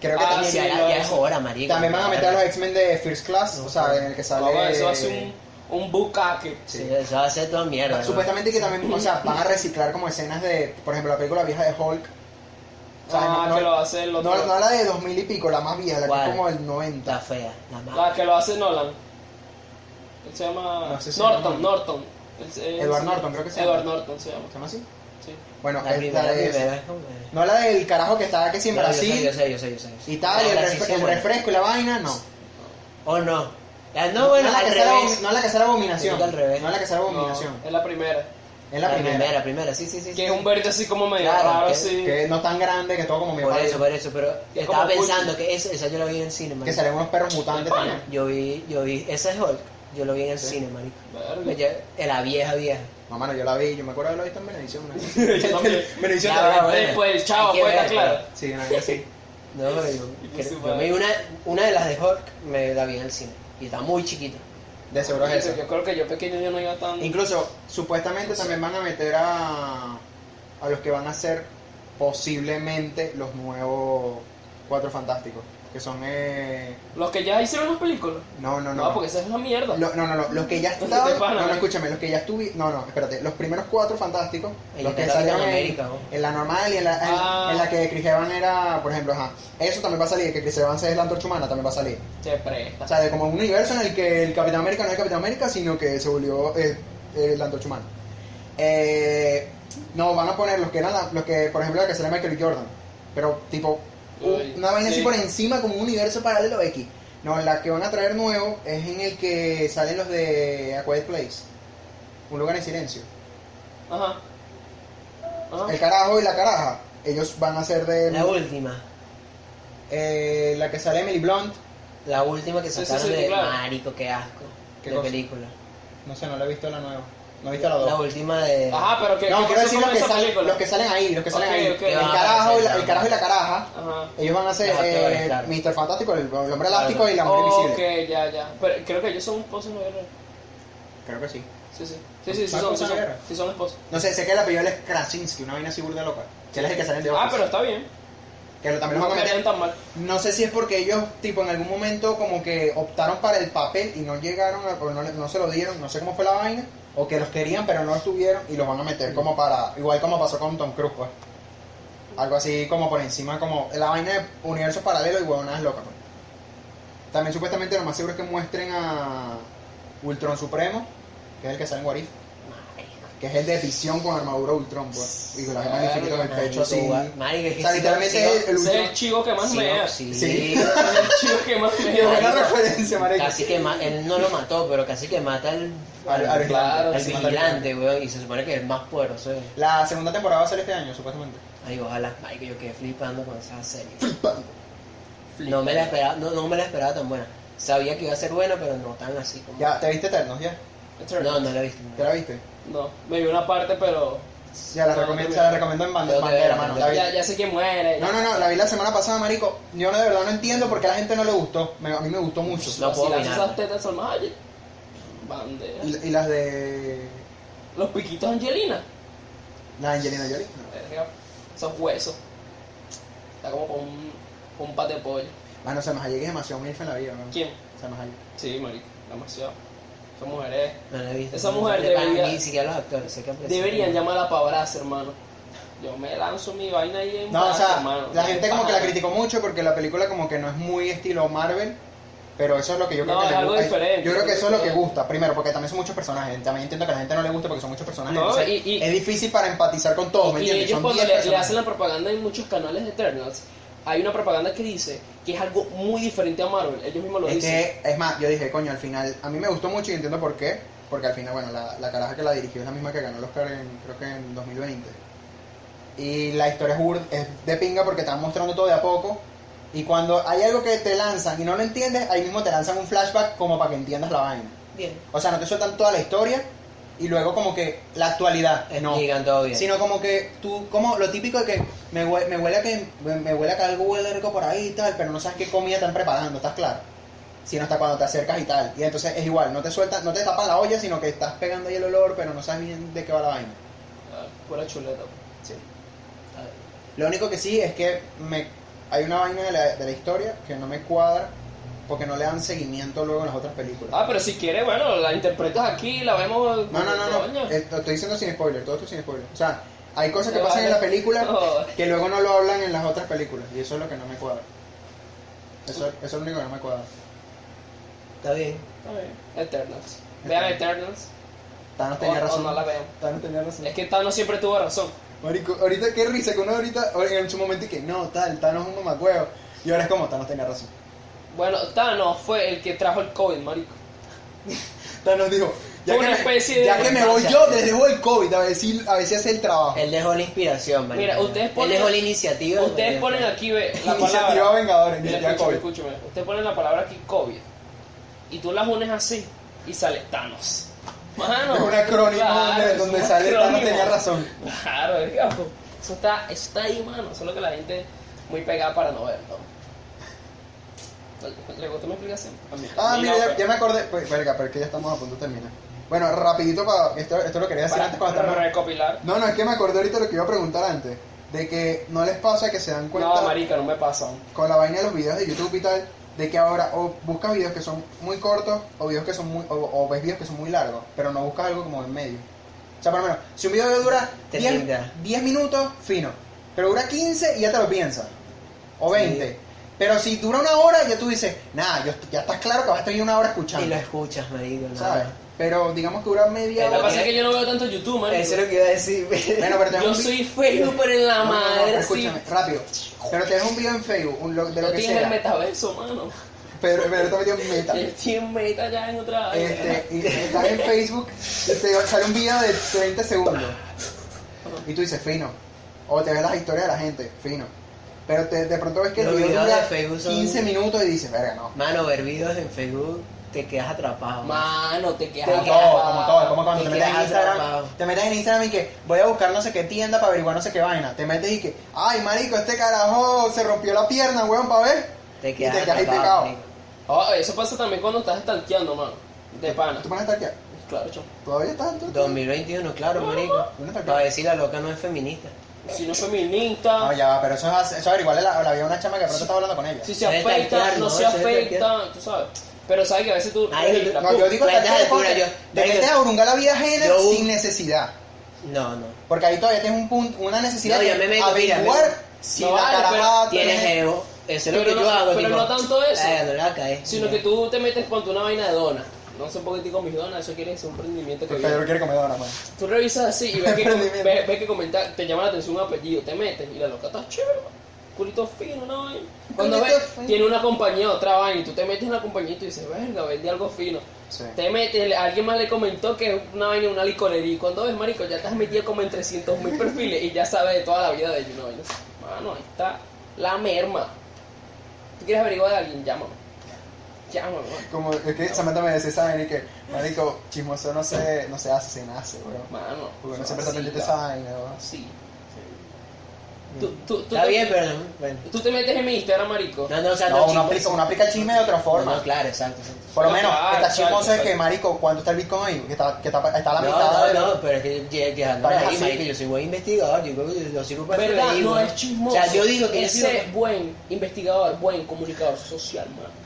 creo que Ah, también, sí, ya, lo- ya es hora, marico. también van a meter a los X-Men de First Class, No, o sea, en el que Ah, sale... bueno, eso hace un, un bucaque. Sí, eso va a ser toda mierda. ¿no? Ah, Supuestamente que también, o sea, van a reciclar como escenas de, por ejemplo, la película vieja de Hulk. O sea, Ah, no- que no- lo hace el otro. no, no la de 2000 y pico, la más vieja, la que ¿Cuál? es como el 90. Está fea, la La mala. Ah, que lo hace Nolan. Él se llama No sé si Norton, se llama. Norton. Él se- él Edward se- Norton, creo que se llama. Edward Norton se llama. ¿Se llama así? Sí. Bueno, La es primera, la la de- primera. es como- No la del carajo que estaba que si en No, yo sé, Brasil Yo sé, yo sé, yo sé. y tal, y el, Ahora refre- sí se el muere. refresco y la vaina, no. O no. Ah, no, bueno, no, es la al que sea la abomi- revés. no es la que sea la abominación. Al revés. No es la que sea la No, abominación. es la primera. Es la, primera. primera, primera, sí, sí, sí. Que sí. es un verde así como medio Claro, raro, que- así. Que no tan grande, que todo como medio Por pálido. eso, por eso, pero Que es estaba como Hulk. pensando que esa, esa yo la vi en el cine, Que marico. salen unos perros mutantes Coño. también. Yo vi, yo vi, esa es Hulk, yo lo vi en el Sí. cine, marico. Verga. Me lle- La vieja vieja. No, mano, yo la vi, yo me acuerdo de haberla visto en Benedición. ¿no? [LAUGHS] Yo [LAUGHS] también. Benedición Ya, también. bueno. Después el chavo, Hay que pues, está ver, claro. Sí, una vez sí. No, pero yo, Y que- su yo madre. vi una, una de las de Hulk, me la vi en el cine. Y está muy chiquita. De seguro es Yo eso. creo que yo pequeño yo no iba tan. Incluso, supuestamente también van a meter a, a los que van a ser posiblemente los nuevos Cuatro Fantásticos. Que son. Eh... Los que ya hicieron las películas. No, no, No, no. porque esa es una mierda. Lo- no, no, no, los que ya Te estaban, paran, no, no, eh. escúchame, los que ya estuvieron, no, no, espérate, los primeros cuatro fantásticos, Ahí los que está salieron en, Capitán América, ¿no? en la normal y en la, en, Ah. en la que Chris Evans era, por ejemplo, ajá, eso también va a salir, que Chris Evans es la antorcha humana, también va a salir, Se presta. o sea, de como un universo en el que el Capitán América no es Capitán América, sino que se volvió eh, eh, la antorcha humana. Eh, no, van a poner los que eran, la- los que, por ejemplo, la que sale Michael Jordan, pero tipo, Uy, una vaina sí. así por encima como un universo paralelo X. No, la que van a traer nuevo es en el que salen los de A Quiet Place. Un lugar en silencio. Ajá. Ajá. El carajo y la caraja. Ellos van a ser de La eh, última, la, que sale Emily Blunt. la última que Sí, sí, sacaron sí, de claro. Marico, qué asco. ¿Qué de cosa? película. No sé, no la he visto la nueva. No he visto la La dos. última de. Ajá, pero que. no, ¿qué quiero pasó decir con los que, esa salen, película? los que salen ahí, los que salen Ok, ahí. ok. El, Ah, carajo y la, sí, el carajo y la caraja. Ajá. Ellos van a ser Los actores, eh, claro. Mr. Fantástico, el, el hombre Claro. elástico y la mujer ok, invisible. ya, ya. Pero creo que ellos son esposos no guerra. Creo que sí. Sí, sí. Sí, sí, sí, ¿Son son, sí, esposos de son, guerra? sí son esposos. No sé, sé que la película es Krasinski, una vaina así burda loca. Que él es el que sale de Ah, Office. pero está bien. Que lo- también lo No van a quedaron meter. tan mal. No sé si es porque ellos, tipo, en algún momento como que optaron para el papel y no llegaron, a- o no, le- no se lo dieron, no sé cómo fue la vaina, o que los querían pero no estuvieron y los van a meter como para, igual como pasó con Tom Cruise, pues. Algo así como por encima, como la vaina de universos paralelos y huevonadas locas, pues. También supuestamente lo más seguro es que muestren a Ultron Supremo, que es el que sale en Warif, que es el de visión con armadura Ultron, pues. Y con las manos infinitas en el pecho así. Marico, O marico, es que sea, sí, literalmente sí, es el Ese es Ultron. el chico que más sí, mea. sí. Sí. Ese es el chico que más [LAUGHS] Qué buena mea. referencia, marico. Casi que ma- él no lo mató, pero casi que mata al, Al- al Claro, al sí, mata al vigilante, weón. Y se supone que es el más poderoso. eh. La segunda temporada va a salir este año, supuestamente. Ay, ojalá, marico, yo quedé flipando con esa serie. No me la esperaba, no, no me la esperaba tan buena. Sabía que iba a ser buena, pero no tan así como. Ya, ¿te viste Eternos ya? No, no la he visto. no. ¿Ya la viste? No, me vi una parte, pero. Ya la No, recomiendo, no, se la no. recomiendo en banda, Tengo que bandera, verla, mano. tengo La que vi. Ya, ya sé quién muere. No, no, no, la vi la semana pasada, marico. Yo no, de verdad no entiendo por qué a la gente no le gustó. Me- a mí me gustó mucho. No puedo Vacilarse opinar. esas tetas son más. oye, Bandera. Y, y las de... Los piquitos de Angelina. La de Angelina Jolie. Verga, Esos huesos. Está como con un, con un pate de pollo. Mano, se nos es demasiado milf en la vida, mano. ¿Quién? Se nos Sí, marico. Demasiado. Esas mujeres. No la he visto. Esa No mujer sé, para debería- mí, Ni siquiera los actores, sé que aparecen. Deberían llamar a Pavarazo, hermano. Yo me lanzo mi vaina ahí en No, o brazo, sea, hermano. la gente como que la Ajá. criticó mucho porque la película como que no es muy estilo Marvel, pero eso es lo que yo creo No, que es le algo gusta. diferente, Yo creo que es eso es lo que diferente. gusta, primero, porque también son muchos personajes. También entiendo que a la gente no le gusta porque son muchos personajes. No, entonces y- y- es difícil para empatizar con todos, ¿me Y entiendes? ellos Son cuando 10 le, le personajes. hacen la propaganda en muchos canales de Eternals, hay una propaganda que dice que es algo muy diferente a Marvel. Ellos mismos lo Es dicen. que, es más, yo dije, coño, al final, a mí me gustó mucho y entiendo por qué, porque al final, bueno, la, la caraja que la dirigió es la misma que ganó el Oscar en, creo que en 2020. Y la historia es, bur- es de pinga porque te van mostrando todo de a poco. Y cuando hay algo que te lanzan y no lo entiendes, ahí mismo te lanzan un flashback como para que entiendas la vaina. Bien. O sea, no te sueltan toda la historia y luego como que la actualidad. Eh, No. Digan todo bien. Sino como que tú, como lo típico de que me, hue- me huele a que me, me huele a que algo huele rico por ahí y tal, pero no sabes qué comida están preparando, ¿estás claro? Sino hasta cuando te acercas y tal. Y entonces es igual, no te sueltan, no te tapan la olla, sino que estás pegando ahí el olor, pero no sabes bien de qué va la vaina. Ah, Pura chuleta. Sí. A ver. Lo único que sí es que me, hay una vaina de la, de la historia que no me cuadra porque no le dan seguimiento luego en las otras películas. Ah, pero si quieres, bueno, la interpretas aquí, la vemos. No, no, no, Coño. no. Eh, Lo estoy diciendo sin spoiler, todo esto sin spoiler. O sea, hay cosas que Ya pasan en vale. la película No. que luego no lo hablan en las otras películas. Y eso es lo que no me cuadra. Eso, eso es lo único que no me cuadra. Está bien. Está bien. Eternals. Vean Eternals. Thanos O, Ah, tenía o razón. no la vean. Thanos tenía razón. Es que Thanos siempre tuvo razón. Marico, ahorita qué risa que uno ahorita, en su momento y que no, tal, Thanos es un mamacuevo. Y ahora es como Thanos tenía razón. Bueno, Thanos fue el que trajo el COVID, marico. Thanos dijo, ya, Fue que una especie me, de ya que me voy yo, democracia. les dejo el COVID, a ver si, a ver si hace el trabajo. Eh, Él dejó la inspiración, marico. Mira, ustedes ponen- Él dejó la iniciativa. Ustedes marico. ponen [LAUGHS] aquí ve, la Iniciativa palabra. Vengadores, Mira, iniciativa escúchame, COVID. escúchame. Ustedes ponen la palabra aquí COVID. Y tú las unes así y sale Thanos. Mano, Es [LAUGHS] un acrónimo donde- es donde un sale Thanos acrónimo. tenía razón. Claro, [LAUGHS] es que, ojo, eso está, eso está ahí, mano. Solo que la gente muy pegada para no verlo. ¿Le- ¿Le gustó mi explicación? A mí- a Ah, mí mira, no, ya, pero- ya me acordé. Pues, verga, pero es que ya estamos a punto de terminar. Bueno, rapidito para... Esto, esto lo quería decir para antes cuando estábamos- recopilar. No, no, es que me acordé ahorita lo que iba a preguntar antes. De que no les pasa que se dan cuenta... No, marica, no me pasa. con la vaina de los videos de YouTube y tal, de que ahora o buscas videos que son muy cortos o videos que son muy o, o ves videos que son muy largos, pero no buscas algo como en medio. O sea, por lo menos, si un video dura Te 10, tilda. 10 minutos, fino, pero dura 15 y ya te lo piensas, o Sí. 20. Pero si dura una hora, ya tú dices, nada, yo, est- ya estás claro que vas a estar ahí una hora escuchando, Y lo escuchas, marico. ¿no? ¿sabes? Pero digamos que dura media Lo que hora. pasa es que yo no veo tanto YouTube, marica. Eso es lo que iba a decir. [LAUGHS] Bueno, pero tenés Yo un vi- soy Facebook en la No, no, no, Ah, madre. pero sí. escúchame, rápido. Pero tienes un video en Facebook, un lo- de Yo lo que estoy en el sea. metaverso, mano. Pero, pero está metido en meta. Yo estoy en meta ya en otra. Este, y estás en Facebook y te sale un video de 30 segundos. Y tú dices, fino. O te ves las historias de la gente, fino. Pero te- de pronto ves que el Los video videos dura de Facebook son- 15 minutos y dices, verga, no. Mano, ver videos en Facebook te quedas atrapado. Mano, te quedas. Como todo, atrapado. como todo, es como cuando Y te metes en quedas Instagram, atrapado. te metes en Instagram y que voy a buscar no sé qué tienda para averiguar no sé qué vaina. Te metes y que, ay marico, este carajo se rompió la pierna, weón, para ver. Te Y quedas te quedas ahí atrapado, pegado. marico. Oh, eso pasa también cuando estás stalkeando, mano. De pana. ¿Tú pones a stalkear? Claro, chamo. ¿Todavía estás en 2021, claro, marico. ¿Dónde está el Para decir la loca no es feminista. Si no es feminista. No, ya va, pero eso es, eso es averiguarle la, la vida a una chama que de pronto estaba hablando con ella. Si se Eso es afecta, stalkear, no ¿no? se Eso es afecta, stalkear. tú sabes. Pero sabes que a veces tú. Ay, registras, No, pum. yo digo Tú a estas tal vez porque alturas, yo- te metes a hurungar la vida ajena yo- uh. sin necesidad. No, no. Porque ahí todavía tienes un punto, una necesidad No, yo de me meto, mira, averiguar me- si No la vale, pero carajada Tienes tiene- ego. Eso es lo Ah, Pero que no- yo hago. pero tipo, no tanto eso. "Ay, no la caes". Sino que tú te metes con tu una vaina de dona. No sé por qué te digo mis donas, eso quiere decir un rendimiento que Pedro viene. quiere comer ahora, pues. man. Tú revisas así y ves que, Rendimiento. ves, ves que comenta, te llama la atención un apellido, te metes y la loca está chévere, man. culito fino, no vaina. Cuando Culito ves, fino. tiene una compañía, otra vaina, y tú te metes en la compañía y tú dices, verga, vendí algo fino. Sí. Te metes, le- alguien más le comentó que es una vaina, una licorería. Y cuando ves, marico, ya te has metido como en 300 mil perfiles y ya sabes de toda la vida de ellos. ¿no? Y dices, Mano, ahí está la merma. ¿Tú quieres averiguar de alguien? Llámame. Llámame, mano. Como es que Samantha me decía, ¿saben? Y que, marico, chismoso no se, no se hace, se nace, weón. Mano. Porque no así, siempre está pendiente de esa va. vaina, weón. Sí. Mm. Tú, tú, tú, Está te, bien, pero no. Bueno. tú te metes en mi Instagram, marico. No, no, o sea, No, uno chismoso. aplica, uno aplica chisme de otra No, forma. no, claro, exacto. exacto. Por lo No, menos, claro, está chismoso de exacto. que, marico, ¿cuánto está el Bitcoin ahí? Que está, que está, está a la No, mitad no, de- no, pero es que ya, ya no Vale, ahí, así. marico, yo soy buen investigador, yo creo que yo, yo sirvo para ¿Verdad? FBI, No weón. es chismoso. O sea, yo digo que yo es soy ser buen investigador, buen comunicador social, mano.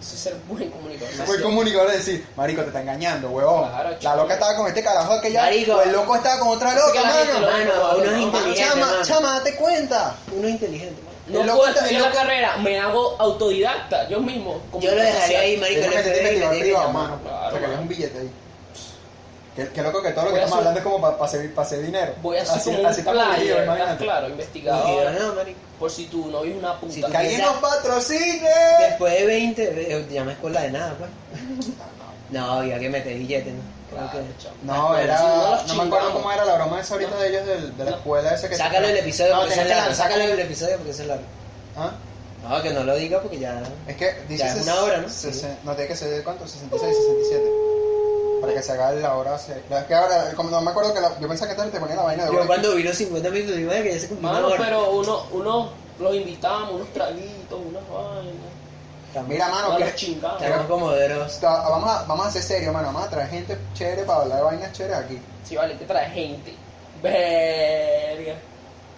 Eso es ser buen comunicador social. Fue comunicador de decir, marico, te está engañando, huevón. Claro, la chico. loca estaba con este carajo aquella, Marico. o el loco estaba con otra Así loca, que la gente mano. lo- Mano, uno es Ah, Chama, inteligente, chama, mano. chama, date cuenta. Uno es inteligente, mano. No El loco puedo está- estudiar el la loco- carrera, me hago autodidacta, yo mismo. como Yo lo dejaría social. ahí, marico, Yo el creo que te FBI, investigador me tiene que privado, llamar. mano. Claro, Sacarías mano. un billete ahí. Qué, qué loco que todo lo que Voy estamos a hacer- hablando es como para hacer dinero. Voy a hacer como un así estamos flyer, viviendo, ¿estás imagínate. claro, Yo investigador. no, marico. Por si tu novio es una puta. Si Que alguien Ya. nos patrocine. Después de 20, eh, ya me escuela de nada, pues. No, había que meter billetes, ¿no? Claro, Creo que- chamo. No, Bueno, si no era. los No me acuerdo chingamos. cómo era la broma esa ahorita No. de ellos del- de la No. escuela esa que. Sácalo el episodio No, porque tenías eso es que largo. lanzar- Sácalo el episodio porque eso es largo. ¿Ah? No, que no lo diga porque ya. Es que dice. es ses- una hora, ¿no? sesen- No, tiene que ser cuánto, 66, 67. Para que se haga la hora. se- la- Es que ahora, como no me acuerdo que la- yo pensaba que tal, te ponía la vaina de Yo hora. cuando vi los 50 minutos, digo, "Ay, que ya se cumplió Mano, una hora". pero uno, uno, los invitamos, unos traguitos, unas vainas. Estamos- Mira, mano, no Ah, que. los chingamos. Estamos como de los. Está- Vamos a, vamos a ser serios, mano. Vamos a traer gente chévere para hablar de vainas chéveres aquí. Si vale, te trae gente. Verga.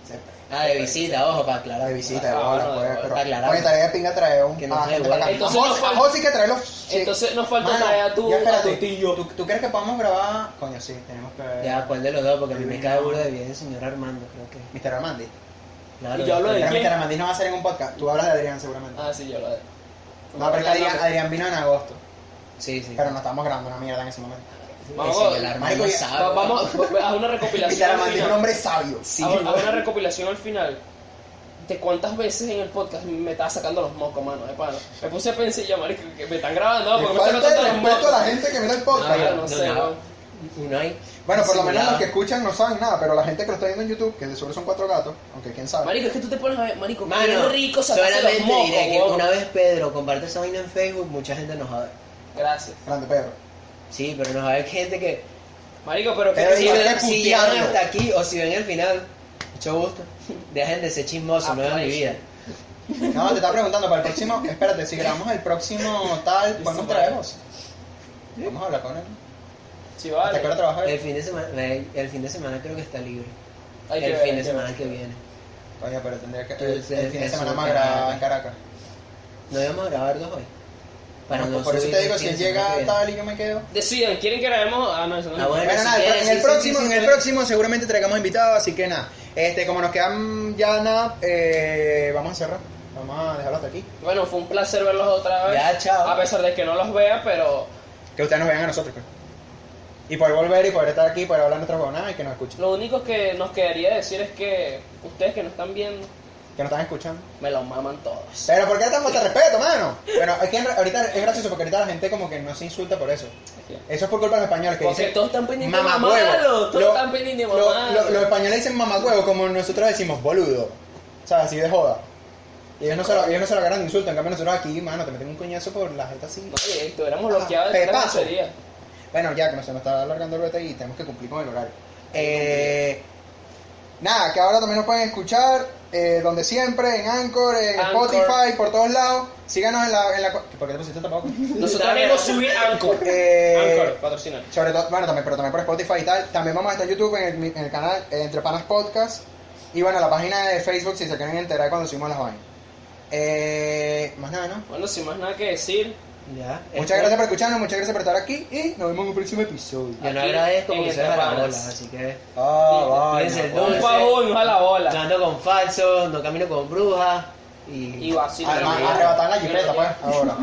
Se- Ah, de visita, ojo, para aclarar. La de visita, Ah, de bola, no, pues, de bola. pero. Aclaramos. Oye, tarea de pinga traer un. Que no ah, se gente para acá. devuelva. A José- a José que trae los. sí. Entonces nos falta Mano, traer a tu, ya a tu espérate. tío. ¿Tú, tú crees que podamos grabar? Coño, sí, tenemos que. Ya, ¿cuál de los dos? Porque a mí me cae burda de bien el señor Armando, creo que. Mr. Armandi. Claro. Y yo hablo de- Pero quién? Mr. Armandi no va a salir en un podcast. Tú hablas de Adrián seguramente. Ah, sí, yo lo dejo. no, pero es que Adrián, Hablando- Adrián vino en agosto. Sí, sí. Pero no estábamos grabando una mierda en ese momento. El Vamos, señor marico, Armando ya- Va- sabe. Vamos a una Mr. recopilación. al Armandi es un final. hombre sabio. Sí. a, a una recopilación al final este, cuántas veces en el podcast me estaba sacando los mocos, mano, de pana. Me puse a pensar, ya, marico, que me están grabando, Le porque me están falta el sacando los respeto mocos. a la gente que mira el podcast. No, Ah, yo no sé, weón. Unai. Ah, Bueno, por lo menos los Simulado. que escuchan no saben nada, pero la gente que lo está viendo en YouTube, que de seguro son cuatro gatos, aunque quién sabe. Marico, es que tú te pones a ver, marico, Mano, qué rico sacarse solamente los mocos, diré que weón. una vez Pedro comparte esa vaina en Facebook, mucha gente nos va a ver. Gracias. Grande perro. Sí, pero nos va a ver gente que. Marico, pero que Pero si igual ven- que si llegan putearlo. hasta aquí o si ven el final, mucho gusto. Dejen de ser chismosos, no vean mi vida. No, te está preguntando para el próximo. Espérate, si grabamos el próximo tal, podemos traer voz. Vamos a hablar con él. Sí, ¿Hasta qué hora vale. trabaja El él? fin de semana, el fin de semana creo que está libre. Hay que el ver, fin hay de que semana ver. que viene. Oye, pero tendría que. Tú, El, el fin de es semana un más canal. grabada en Caracas. No íbamos a grabar dos hoy. No, no por eso subir te el digo, si fin de semana que llega viene. tal y yo me quedo. Decidan, ¿quieren que grabemos? Ah, no, eso no. Ah, bueno. Bueno, si nada, quieres, en el sí, próximo, sí, sí, en sí. el próximo seguramente traigamos invitados, así que nada. Este, como nos quedan ya nada, eh, vamos a cerrar. Vamos a dejarlo hasta aquí. Bueno, fue un placer verlos otra vez. Ya, chao. A pesar de que no los vea, pero Que ustedes nos vean a nosotros, pues. Y poder volver y poder estar aquí, poder hablar nuestras bonadas y que nos escuchen. lo único que nos quedaría decir es que ustedes que nos están viendo, Que nos están escuchando. me los maman todos. Pero ¿por qué tan falta de respeto, mano? Pero es que en- ahorita es gracioso porque ahorita la gente como que no se insulta por eso. Eso es por culpa de los españoles que Porque dicen todos están pendientes de mamacuevo. mamalo, todos Lo- están pendientes de lo- mamalo. lo- los españoles dicen mamacuevo como nosotros decimos boludo. O sea, así de joda. Y ellos no se lo, ellos no se lo agarran de insulto, en cambio nosotros aquí, mano, te meten un coñazo por la gente así. Oye, estuviéramos bloqueados Ah, de pepazo. [LAUGHS] la día. Bueno, ya que nos, se nos está alargando el beta y tenemos que cumplir con el horario. Eh, nada, que ahora también nos pueden escuchar eh, donde siempre, en Anchor, en Anchor. Spotify, por todos lados. Síganos en la... En la ¿Por qué te pusiste [LAUGHS] tampoco? Nosotros queremos subir Anchor. Eh, Anchor, patrocinar. Sobre todo, bueno, también, pero también por Spotify y tal. También vamos a estar en YouTube, en el, en el canal eh, Entre Panas Podcast. Y bueno, la página de Facebook si se quieren enterar cuando subimos las vainas. Eh, más nada, ¿no? Bueno, sin más nada que decir, Ya. este, Muchas gracias por escucharnos, muchas gracias por estar aquí y nos vemos en un próximo episodio. Yo no aquí, agradezco en porque Entre soy la bola, Panas. así que. Ah, Cuídense el bueno. un Dulce. favor, no a la No bola. ando con falsos, no camino con brujas. Y. Ah, Y vacío. Además, Pero, arrebataron la jipeta, pues, ahora.